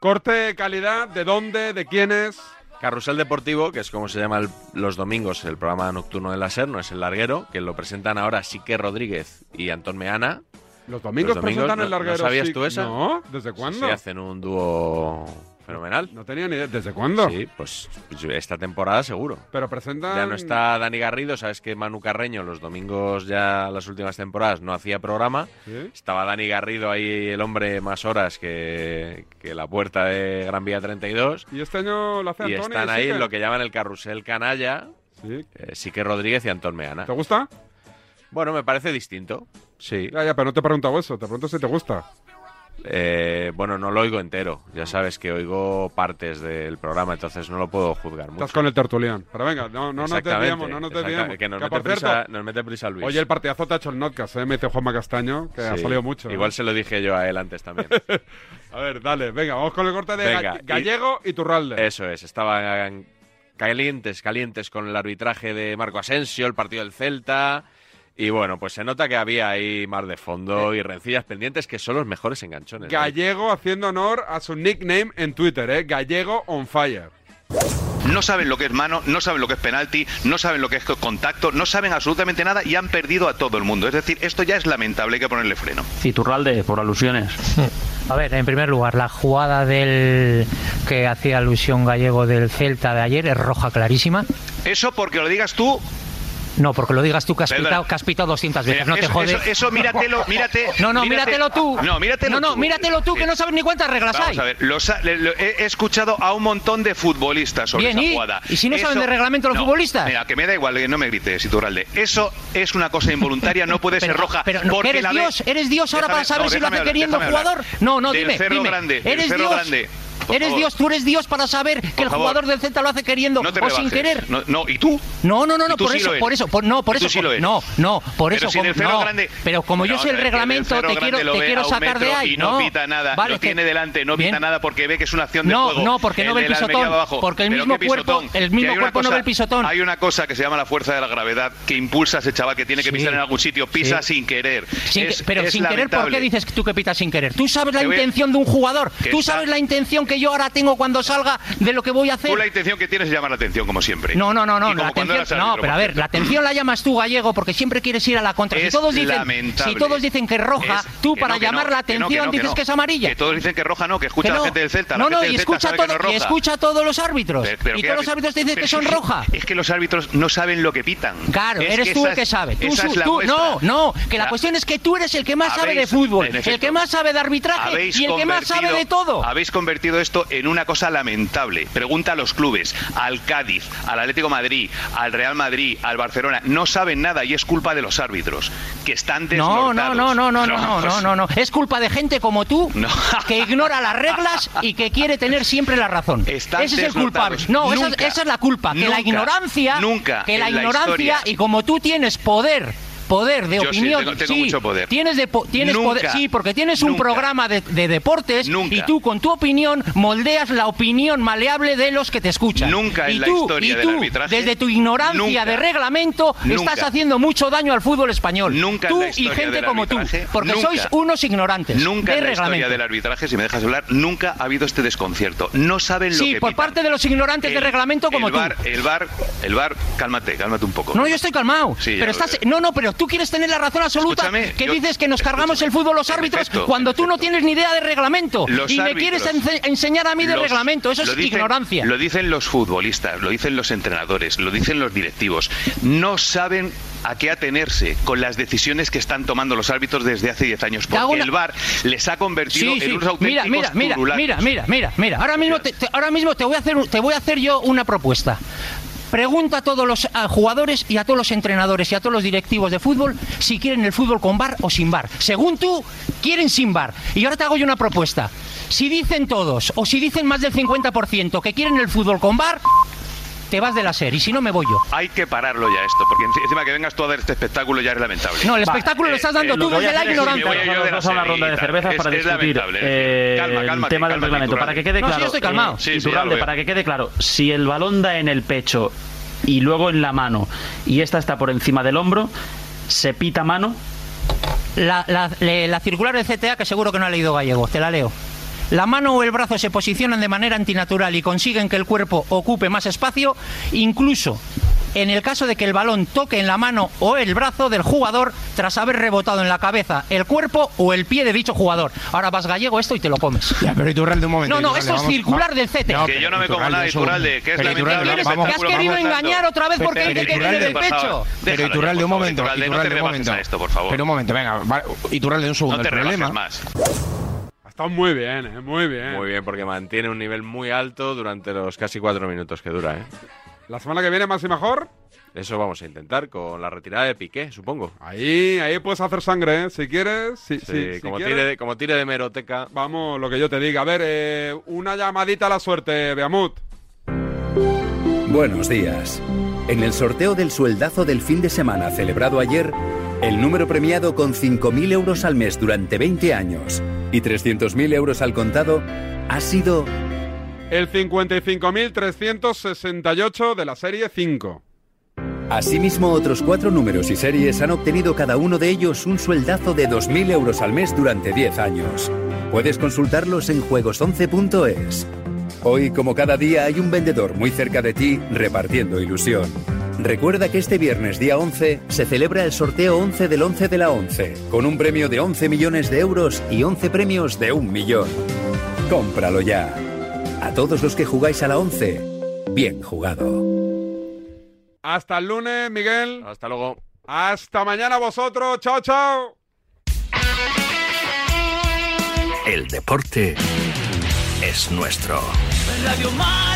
Speaker 7: Corte de calidad, ¿de dónde? ¿De quién es?
Speaker 10: Carrusel Deportivo, que es como se llama el- los domingos el programa nocturno de la SER, no es el larguero, que lo presentan ahora Sique Rodríguez y Antón Meana.
Speaker 7: Los
Speaker 10: Los
Speaker 7: domingos,
Speaker 10: domingos,
Speaker 7: presentan
Speaker 10: no-
Speaker 7: el larguero.
Speaker 10: ¿no sabías
Speaker 7: sí.
Speaker 10: tú esa?
Speaker 7: No, ¿desde cuándo?
Speaker 10: Sí, hacen un dúo Fenomenal.
Speaker 1: No tenía ni idea. ¿Desde cuándo?
Speaker 10: Sí, pues esta temporada seguro.
Speaker 1: Pero presentan...
Speaker 10: Ya no está Dani Garrido, sabes que Manu Carreño los domingos ya las últimas temporadas no hacía programa.
Speaker 39: ¿Eh?
Speaker 1: ¿Sí?
Speaker 10: Estaba Dani Garrido ahí el hombre más horas que, que la puerta de Gran Vía 32.
Speaker 1: Y este año lo hace
Speaker 10: Y
Speaker 1: Antonio.
Speaker 10: están ahí
Speaker 1: Sique.
Speaker 10: lo que llaman el carrusel canalla. Eh,
Speaker 1: Sí.
Speaker 10: que Rodríguez y Antón Meana.
Speaker 1: ¿Te gusta?
Speaker 10: Bueno, me parece distinto. Sí.
Speaker 1: Ya, ya, pero no te he preguntado eso. Te pregunto si te gusta.
Speaker 10: Eh, bueno, no lo oigo entero. Ya sabes que oigo partes del programa, entonces no lo puedo juzgar mucho.
Speaker 1: Estás con el tertulián. Pero venga, no, no nos
Speaker 10: Exactamente,
Speaker 1: desviamos, no nos
Speaker 10: exacta-
Speaker 1: desviamos.
Speaker 10: Que nos,
Speaker 1: Que,
Speaker 10: mete
Speaker 1: por
Speaker 10: prisa,
Speaker 1: cierto,
Speaker 10: nos mete prisa Luis.
Speaker 1: Oye, el partidazo te ha hecho el notcast, ¿eh? Me dice Juanma Castaño, que ha
Speaker 10: Sí.
Speaker 1: salido mucho. ¿eh?
Speaker 10: Igual se lo dije yo a él antes también.
Speaker 1: A ver, dale, venga, vamos con el corte de
Speaker 10: Venga,
Speaker 1: Ga- Gallego y Turralde.
Speaker 10: Eso es, estaban calientes, calientes con el arbitraje de Marco Asensio, el partido del Celta. Y bueno, pues se nota que había ahí mar de fondo y rencillas pendientes que son los mejores enganchones. ¿eh?
Speaker 1: Gallego haciendo honor a su nickname en Twitter, ¿eh? Gallego on fire.
Speaker 33: No saben lo que es mano, no saben lo que es penalti, no saben lo que es contacto, no saben absolutamente nada y han perdido a todo el mundo. Es decir, esto ya es lamentable, hay que ponerle freno.
Speaker 15: Iturralde, por alusiones.
Speaker 38: A ver, en primer lugar, la jugada del que hacía alusión gallego del Celta de ayer es roja clarísima.
Speaker 33: Eso porque lo digas tú.
Speaker 38: No, porque lo digas tú que has
Speaker 33: Perdona. Eh,
Speaker 38: pitado, que has pitado 200 veces, no te
Speaker 33: eso,
Speaker 38: jodes.
Speaker 33: eso- eso míratelo, mírate.
Speaker 38: (laughs) No, no, míratelo tú.
Speaker 33: No, míratelo
Speaker 38: No, no,
Speaker 33: tú.
Speaker 38: míratelo tú, que no sabes ni cuántas reglas
Speaker 33: Vamos
Speaker 38: hay.
Speaker 33: a ver, los ha- le- lo- he he escuchado a un montón de futbolistas sobre
Speaker 38: Bien,
Speaker 33: esa
Speaker 38: ¿y?
Speaker 33: jugada.
Speaker 38: ¿Y si no saben de reglamento los futbolistas?
Speaker 33: Mira, que me da igual, que no me grites, Iturralde. Eso es una cosa involuntaria, no puede ser
Speaker 38: (laughs) Pero-
Speaker 33: roja.
Speaker 38: pero no,
Speaker 33: porque
Speaker 38: ¿eres
Speaker 33: la ve-
Speaker 38: Dios? ¿Eres Dios ahora para saber si lo hace
Speaker 33: déjame hablar,
Speaker 38: queriendo
Speaker 33: déjame hablar.
Speaker 38: jugador? No, no,
Speaker 33: Del
Speaker 38: dime,
Speaker 33: Cerro
Speaker 38: dime.
Speaker 33: Grande, del
Speaker 38: ¿Eres
Speaker 33: Cerro
Speaker 38: Dios?
Speaker 33: grande. Por
Speaker 38: Eres
Speaker 33: favor.
Speaker 38: Dios, tú eres Dios para saber que el
Speaker 33: favor.
Speaker 38: jugador del Celta lo hace queriendo
Speaker 33: No te
Speaker 38: o "Oh, sin
Speaker 33: rebajes.
Speaker 38: querer.
Speaker 33: No, no, ¿y tú?
Speaker 38: No, no, no,
Speaker 33: Y
Speaker 38: no,
Speaker 33: tú
Speaker 38: por,
Speaker 33: sí
Speaker 38: eso,
Speaker 33: lo eres.
Speaker 38: por eso, por no, por
Speaker 33: Y tú
Speaker 38: eso,
Speaker 33: sí
Speaker 38: por-
Speaker 33: lo eres.
Speaker 38: no, no, por
Speaker 33: Pero
Speaker 38: eso,
Speaker 33: si en el
Speaker 38: como-
Speaker 33: Cerro
Speaker 38: no,
Speaker 33: Grande-
Speaker 38: pero como yo
Speaker 33: No,
Speaker 38: sé el
Speaker 33: del Cerro
Speaker 38: reglamento, te
Speaker 33: Grande
Speaker 38: quiero,
Speaker 33: lo
Speaker 38: te
Speaker 33: ve
Speaker 38: quiero
Speaker 33: a un
Speaker 38: sacar de
Speaker 33: metro
Speaker 38: ahí,
Speaker 33: Y no,
Speaker 38: no,
Speaker 33: pita nada,
Speaker 38: vale,
Speaker 33: lo
Speaker 38: que-
Speaker 33: tiene delante, no
Speaker 38: Bien.
Speaker 33: pita nada porque ve que es una acción de
Speaker 38: No,
Speaker 33: juego.
Speaker 38: no, porque no ve el
Speaker 33: del Almería
Speaker 38: pisotón,
Speaker 33: va abajo.
Speaker 38: porque el
Speaker 33: Pero
Speaker 38: mismo
Speaker 33: qué
Speaker 38: cuerpo-
Speaker 33: pisotón,
Speaker 38: el mismo
Speaker 33: que hay una
Speaker 38: cuerpo no
Speaker 33: cosa-
Speaker 38: ve el pisotón.
Speaker 33: Hay una cosa que se llama la fuerza de la gravedad que impulsa a ese chaval que tiene que
Speaker 38: Sí.
Speaker 33: pisar en algún sitio, pisa sin querer.
Speaker 38: Sin que-
Speaker 33: Es-
Speaker 38: pero
Speaker 33: es
Speaker 38: sin querer, ¿por qué
Speaker 33: lamentable.
Speaker 38: dices tú que pitas sin querer? Tú sabes la
Speaker 33: Te voy a-
Speaker 38: intención de un jugador.
Speaker 33: Que
Speaker 38: Tú
Speaker 33: está-
Speaker 38: sabes la intención que yo ahora tengo cuando salga de lo que voy a hacer.
Speaker 33: Tú la intención que tienes es llamar la atención, como siempre.
Speaker 38: No, no, no,
Speaker 33: Y
Speaker 38: no. La
Speaker 33: como cuando
Speaker 38: atención-
Speaker 33: eras árbitro,
Speaker 38: no, pero a
Speaker 33: por
Speaker 38: ver,
Speaker 33: cierto.
Speaker 38: la atención la llamas tú, gallego, porque siempre quieres ir a la contra. Si
Speaker 33: Es
Speaker 38: todos dicen,
Speaker 33: lamentable.
Speaker 38: si todos dicen que es roja,
Speaker 33: Es-
Speaker 38: tú
Speaker 33: que
Speaker 38: para
Speaker 33: no, que
Speaker 38: llamar
Speaker 33: no,
Speaker 38: la
Speaker 33: que no,
Speaker 38: atención
Speaker 33: que no, que
Speaker 38: dices
Speaker 33: no.
Speaker 38: que es amarilla.
Speaker 33: Que todos dicen que es roja, no, que escucha
Speaker 38: Que
Speaker 33: a
Speaker 38: no.
Speaker 33: la gente del Celta. la
Speaker 38: No, no, y
Speaker 33: gente del Celta
Speaker 38: escucha,
Speaker 33: sabe
Speaker 38: todo-
Speaker 33: que no es
Speaker 38: y
Speaker 33: roja.
Speaker 38: escucha a todos los árbitros.
Speaker 33: Pero- pero
Speaker 38: y
Speaker 33: qué
Speaker 38: todos los
Speaker 33: árbitro-
Speaker 38: árbitros te dicen
Speaker 33: pero
Speaker 38: que son
Speaker 33: es-
Speaker 38: roja.
Speaker 33: Es que los árbitros no saben lo que pitan.
Speaker 38: Claro,
Speaker 33: Es
Speaker 38: eres
Speaker 33: que
Speaker 38: tú
Speaker 33: esa
Speaker 38: el que
Speaker 33: es-
Speaker 38: sabe. Tú,
Speaker 33: esa
Speaker 38: su-
Speaker 33: es la
Speaker 38: tú-
Speaker 33: nuestra.
Speaker 38: no, no, que la
Speaker 33: La-
Speaker 38: cuestión es que tú eres el que más sabe de
Speaker 33: Habéis-
Speaker 38: fútbol,
Speaker 33: en
Speaker 38: el
Speaker 33: efecto.
Speaker 38: que más sabe de arbitraje
Speaker 33: Habéis
Speaker 38: y el que más sabe
Speaker 33: convertido-
Speaker 38: de todo.
Speaker 33: Habéis convertido esto en una cosa lamentable. Pregunta a los clubes, al Cádiz, al Atlético Madrid, al Real Madrid, al Barcelona. No saben nada y es culpa de los árbitros, que están
Speaker 38: No,
Speaker 33: desnortados.
Speaker 38: no, no, no, no, no, no, no, no, no. Es culpa de gente como tú
Speaker 33: (laughs) No.
Speaker 38: que ignora las reglas y que quiere tener siempre la razón. Ese es el culpable.
Speaker 33: desnortados.
Speaker 38: No, esa,
Speaker 33: Nunca,
Speaker 38: esa es la culpa. Que la
Speaker 33: nunca,
Speaker 38: ignorancia.
Speaker 33: nunca
Speaker 38: Que la
Speaker 33: en la
Speaker 38: ignorancia.
Speaker 33: historia.
Speaker 38: y como tú tienes poder. Poder de
Speaker 33: Yo sí,
Speaker 38: opinión.
Speaker 33: tengo- tengo mucho poder.
Speaker 38: Tienes, de po- tienes
Speaker 33: Nunca,
Speaker 38: poder. Sí, porque tienes un
Speaker 33: nunca.
Speaker 38: programa de, de deportes
Speaker 33: Nunca.
Speaker 38: y tú con tu opinión moldeas la opinión maleable de los que te escuchan.
Speaker 33: Nunca
Speaker 38: y
Speaker 33: en la
Speaker 38: tú,
Speaker 33: historia
Speaker 38: y
Speaker 33: del
Speaker 38: tú,
Speaker 33: arbitraje,
Speaker 38: Desde tu ignorancia
Speaker 33: nunca,
Speaker 38: de reglamento
Speaker 33: nunca.
Speaker 38: estás haciendo mucho daño al fútbol español.
Speaker 33: Nunca en
Speaker 38: tú
Speaker 33: la
Speaker 38: y
Speaker 33: historia
Speaker 38: gente
Speaker 33: del
Speaker 38: como tú.
Speaker 33: arbitraje,
Speaker 38: Porque
Speaker 33: nunca.
Speaker 38: sois unos ignorantes.
Speaker 33: Nunca
Speaker 38: de
Speaker 33: en la
Speaker 38: reglamento.
Speaker 33: historia del arbitraje, si me dejas hablar, nunca ha habido este desconcierto. No saben lo
Speaker 38: Sí,
Speaker 33: que
Speaker 38: por
Speaker 33: pitan.
Speaker 38: parte de los ignorantes de
Speaker 33: El-
Speaker 38: reglamento como
Speaker 33: el bar,
Speaker 38: tú.
Speaker 33: El bar, el bar, cálmate, cálmate un poco.
Speaker 38: No, yo estoy calmado.
Speaker 33: Sí, ya
Speaker 38: pero
Speaker 33: lo
Speaker 38: estás,
Speaker 33: veo.
Speaker 38: no, no, pero tú quieres tener la razón absoluta
Speaker 33: Escúchame,
Speaker 38: que
Speaker 33: yo-
Speaker 38: dices que nos cargamos el fútbol los árbitros
Speaker 33: perfecto,
Speaker 38: cuando tú no tienes ni idea de reglamento
Speaker 33: Los
Speaker 38: y me
Speaker 33: árbitros,
Speaker 38: quieres ense- enseñar a mí de
Speaker 33: Los-
Speaker 38: reglamento. Eso
Speaker 33: lo
Speaker 38: es
Speaker 33: dicen-
Speaker 38: ignorancia.
Speaker 33: Lo dicen los futbolistas, lo dicen los entrenadores, lo dicen los directivos. No saben a qué atenerse con las decisiones que están tomando los árbitros desde hace 10 años,
Speaker 38: Te hago
Speaker 33: porque
Speaker 38: una-
Speaker 33: el VAR les ha convertido
Speaker 38: Sí, sí.
Speaker 33: en unos
Speaker 38: Mira,
Speaker 33: auténticos
Speaker 38: mira, mira,
Speaker 33: turulacos.
Speaker 38: mira, mira, mira, mira. Ahora mismo te, te- ahora mismo te voy a hacer un- te voy a hacer yo una propuesta. Pregunta a todos los a jugadores y a todos los entrenadores y a todos los directivos de fútbol si quieren el fútbol con bar o sin bar. Según tú, quieren sin bar. Y ahora te hago yo una propuesta. Si dicen todos o si dicen más del 50% que quieren el fútbol con bar, te vas de la serie. Y si no, me voy yo.
Speaker 33: Hay que pararlo ya esto, porque enci- encima que vengas tú a dar este espectáculo ya es lamentable.
Speaker 38: No, el espectáculo lo estás dando tú
Speaker 33: que voy
Speaker 38: desde
Speaker 33: a
Speaker 38: la
Speaker 33: hacer es-
Speaker 38: ignorancia.
Speaker 33: me voy a ir yo de la
Speaker 12: Vamos a una ronda de
Speaker 33: serie y tal.
Speaker 12: cervezas
Speaker 33: Es-
Speaker 12: para
Speaker 33: es
Speaker 12: discutir
Speaker 33: lamentable,
Speaker 12: eh,
Speaker 33: calma, calma,
Speaker 12: el tema del
Speaker 33: calma,
Speaker 12: reglamento.
Speaker 33: Iturralde.
Speaker 12: Para que quede
Speaker 33: No, sí,
Speaker 12: claro,
Speaker 33: yo estoy calmado.
Speaker 12: eh,
Speaker 33: Sí, sí, ya lo
Speaker 12: Iturralde,
Speaker 33: veo.
Speaker 12: para que quede claro, si el balón da en el pecho y luego en la mano y esta está por encima del hombro, se pita mano.
Speaker 38: La, la- le- la circular del CTA, que seguro que no ha leído gallego, te la leo. La mano o el brazo se posicionan de manera antinatural y consiguen que el cuerpo ocupe más espacio, incluso en el caso de que el balón toque en la mano o el brazo del jugador tras haber rebotado en la cabeza, el cuerpo o el pie de dicho jugador. Ahora vas gallego esto y te lo comes.
Speaker 14: Ya, pero Iturralde, un momento.
Speaker 38: No, no,
Speaker 14: Iturralde,
Speaker 38: esto es
Speaker 14: vamos-
Speaker 38: circular
Speaker 14: va-
Speaker 38: del césped. Que
Speaker 14: pero
Speaker 38: yo no me como nada,
Speaker 14: un segundo.
Speaker 33: Iturralde, que es
Speaker 14: Pero
Speaker 33: lamentable,
Speaker 14: Iturralde,
Speaker 33: vamos-
Speaker 14: vamos-
Speaker 33: Te has querido
Speaker 14: vamos-
Speaker 38: engañar otra vez porque
Speaker 14: Pero
Speaker 38: hay que tener
Speaker 14: Iturralde,
Speaker 38: el pecho.
Speaker 14: Pero Iturralde, un momento.
Speaker 33: Iturralde, no te
Speaker 14: Iturralde, un
Speaker 33: rebajes
Speaker 14: momento.
Speaker 33: a esto, por favor.
Speaker 14: Pero un momento, venga. va- Iturralde, un segundo.
Speaker 33: No te
Speaker 14: El problema.
Speaker 33: rebajes más.
Speaker 7: Ha estado muy bien, eh, muy bien.
Speaker 10: Muy bien, porque mantiene un nivel muy alto durante los casi cuatro minutos que dura. ¿eh?
Speaker 7: La semana que viene, más y mejor.
Speaker 10: Eso vamos a intentar con la retirada de Piqué, supongo.
Speaker 7: Ahí, ahí puedes hacer sangre, ¿eh? Si quieres, si,
Speaker 10: Sí,
Speaker 7: si- si
Speaker 10: como,
Speaker 7: quieres.
Speaker 10: tire de, como tire de hemeroteca.
Speaker 7: Vamos, lo que yo te diga. A ver, eh, una llamadita a la suerte, Beamut.
Speaker 2: Buenos días. En el sorteo del sueldazo del fin de semana celebrado ayer, el número premiado con 5.000 euros al mes durante 20 años y 300.000 euros al contado ha sido
Speaker 7: El 55.368 de la serie 5.
Speaker 2: Asimismo, otros cuatro números y series han obtenido cada uno de ellos un sueldazo de 2.000 euros al mes durante 10 años. Puedes consultarlos en juegos11.es. Hoy, como cada día, hay un vendedor muy cerca de ti repartiendo ilusión. Recuerda que este viernes, día 11, se celebra el sorteo 11 del 11 de la 11, con un premio de 11 millones de euros y 11 premios de un millón. Cómpralo ya. A todos los que jugáis a la 11, bien jugado.
Speaker 7: Hasta el lunes, Miguel.
Speaker 10: Hasta luego.
Speaker 7: Hasta mañana vosotros. Chao, chao.
Speaker 41: El deporte es nuestro.
Speaker 12: Radio Marca.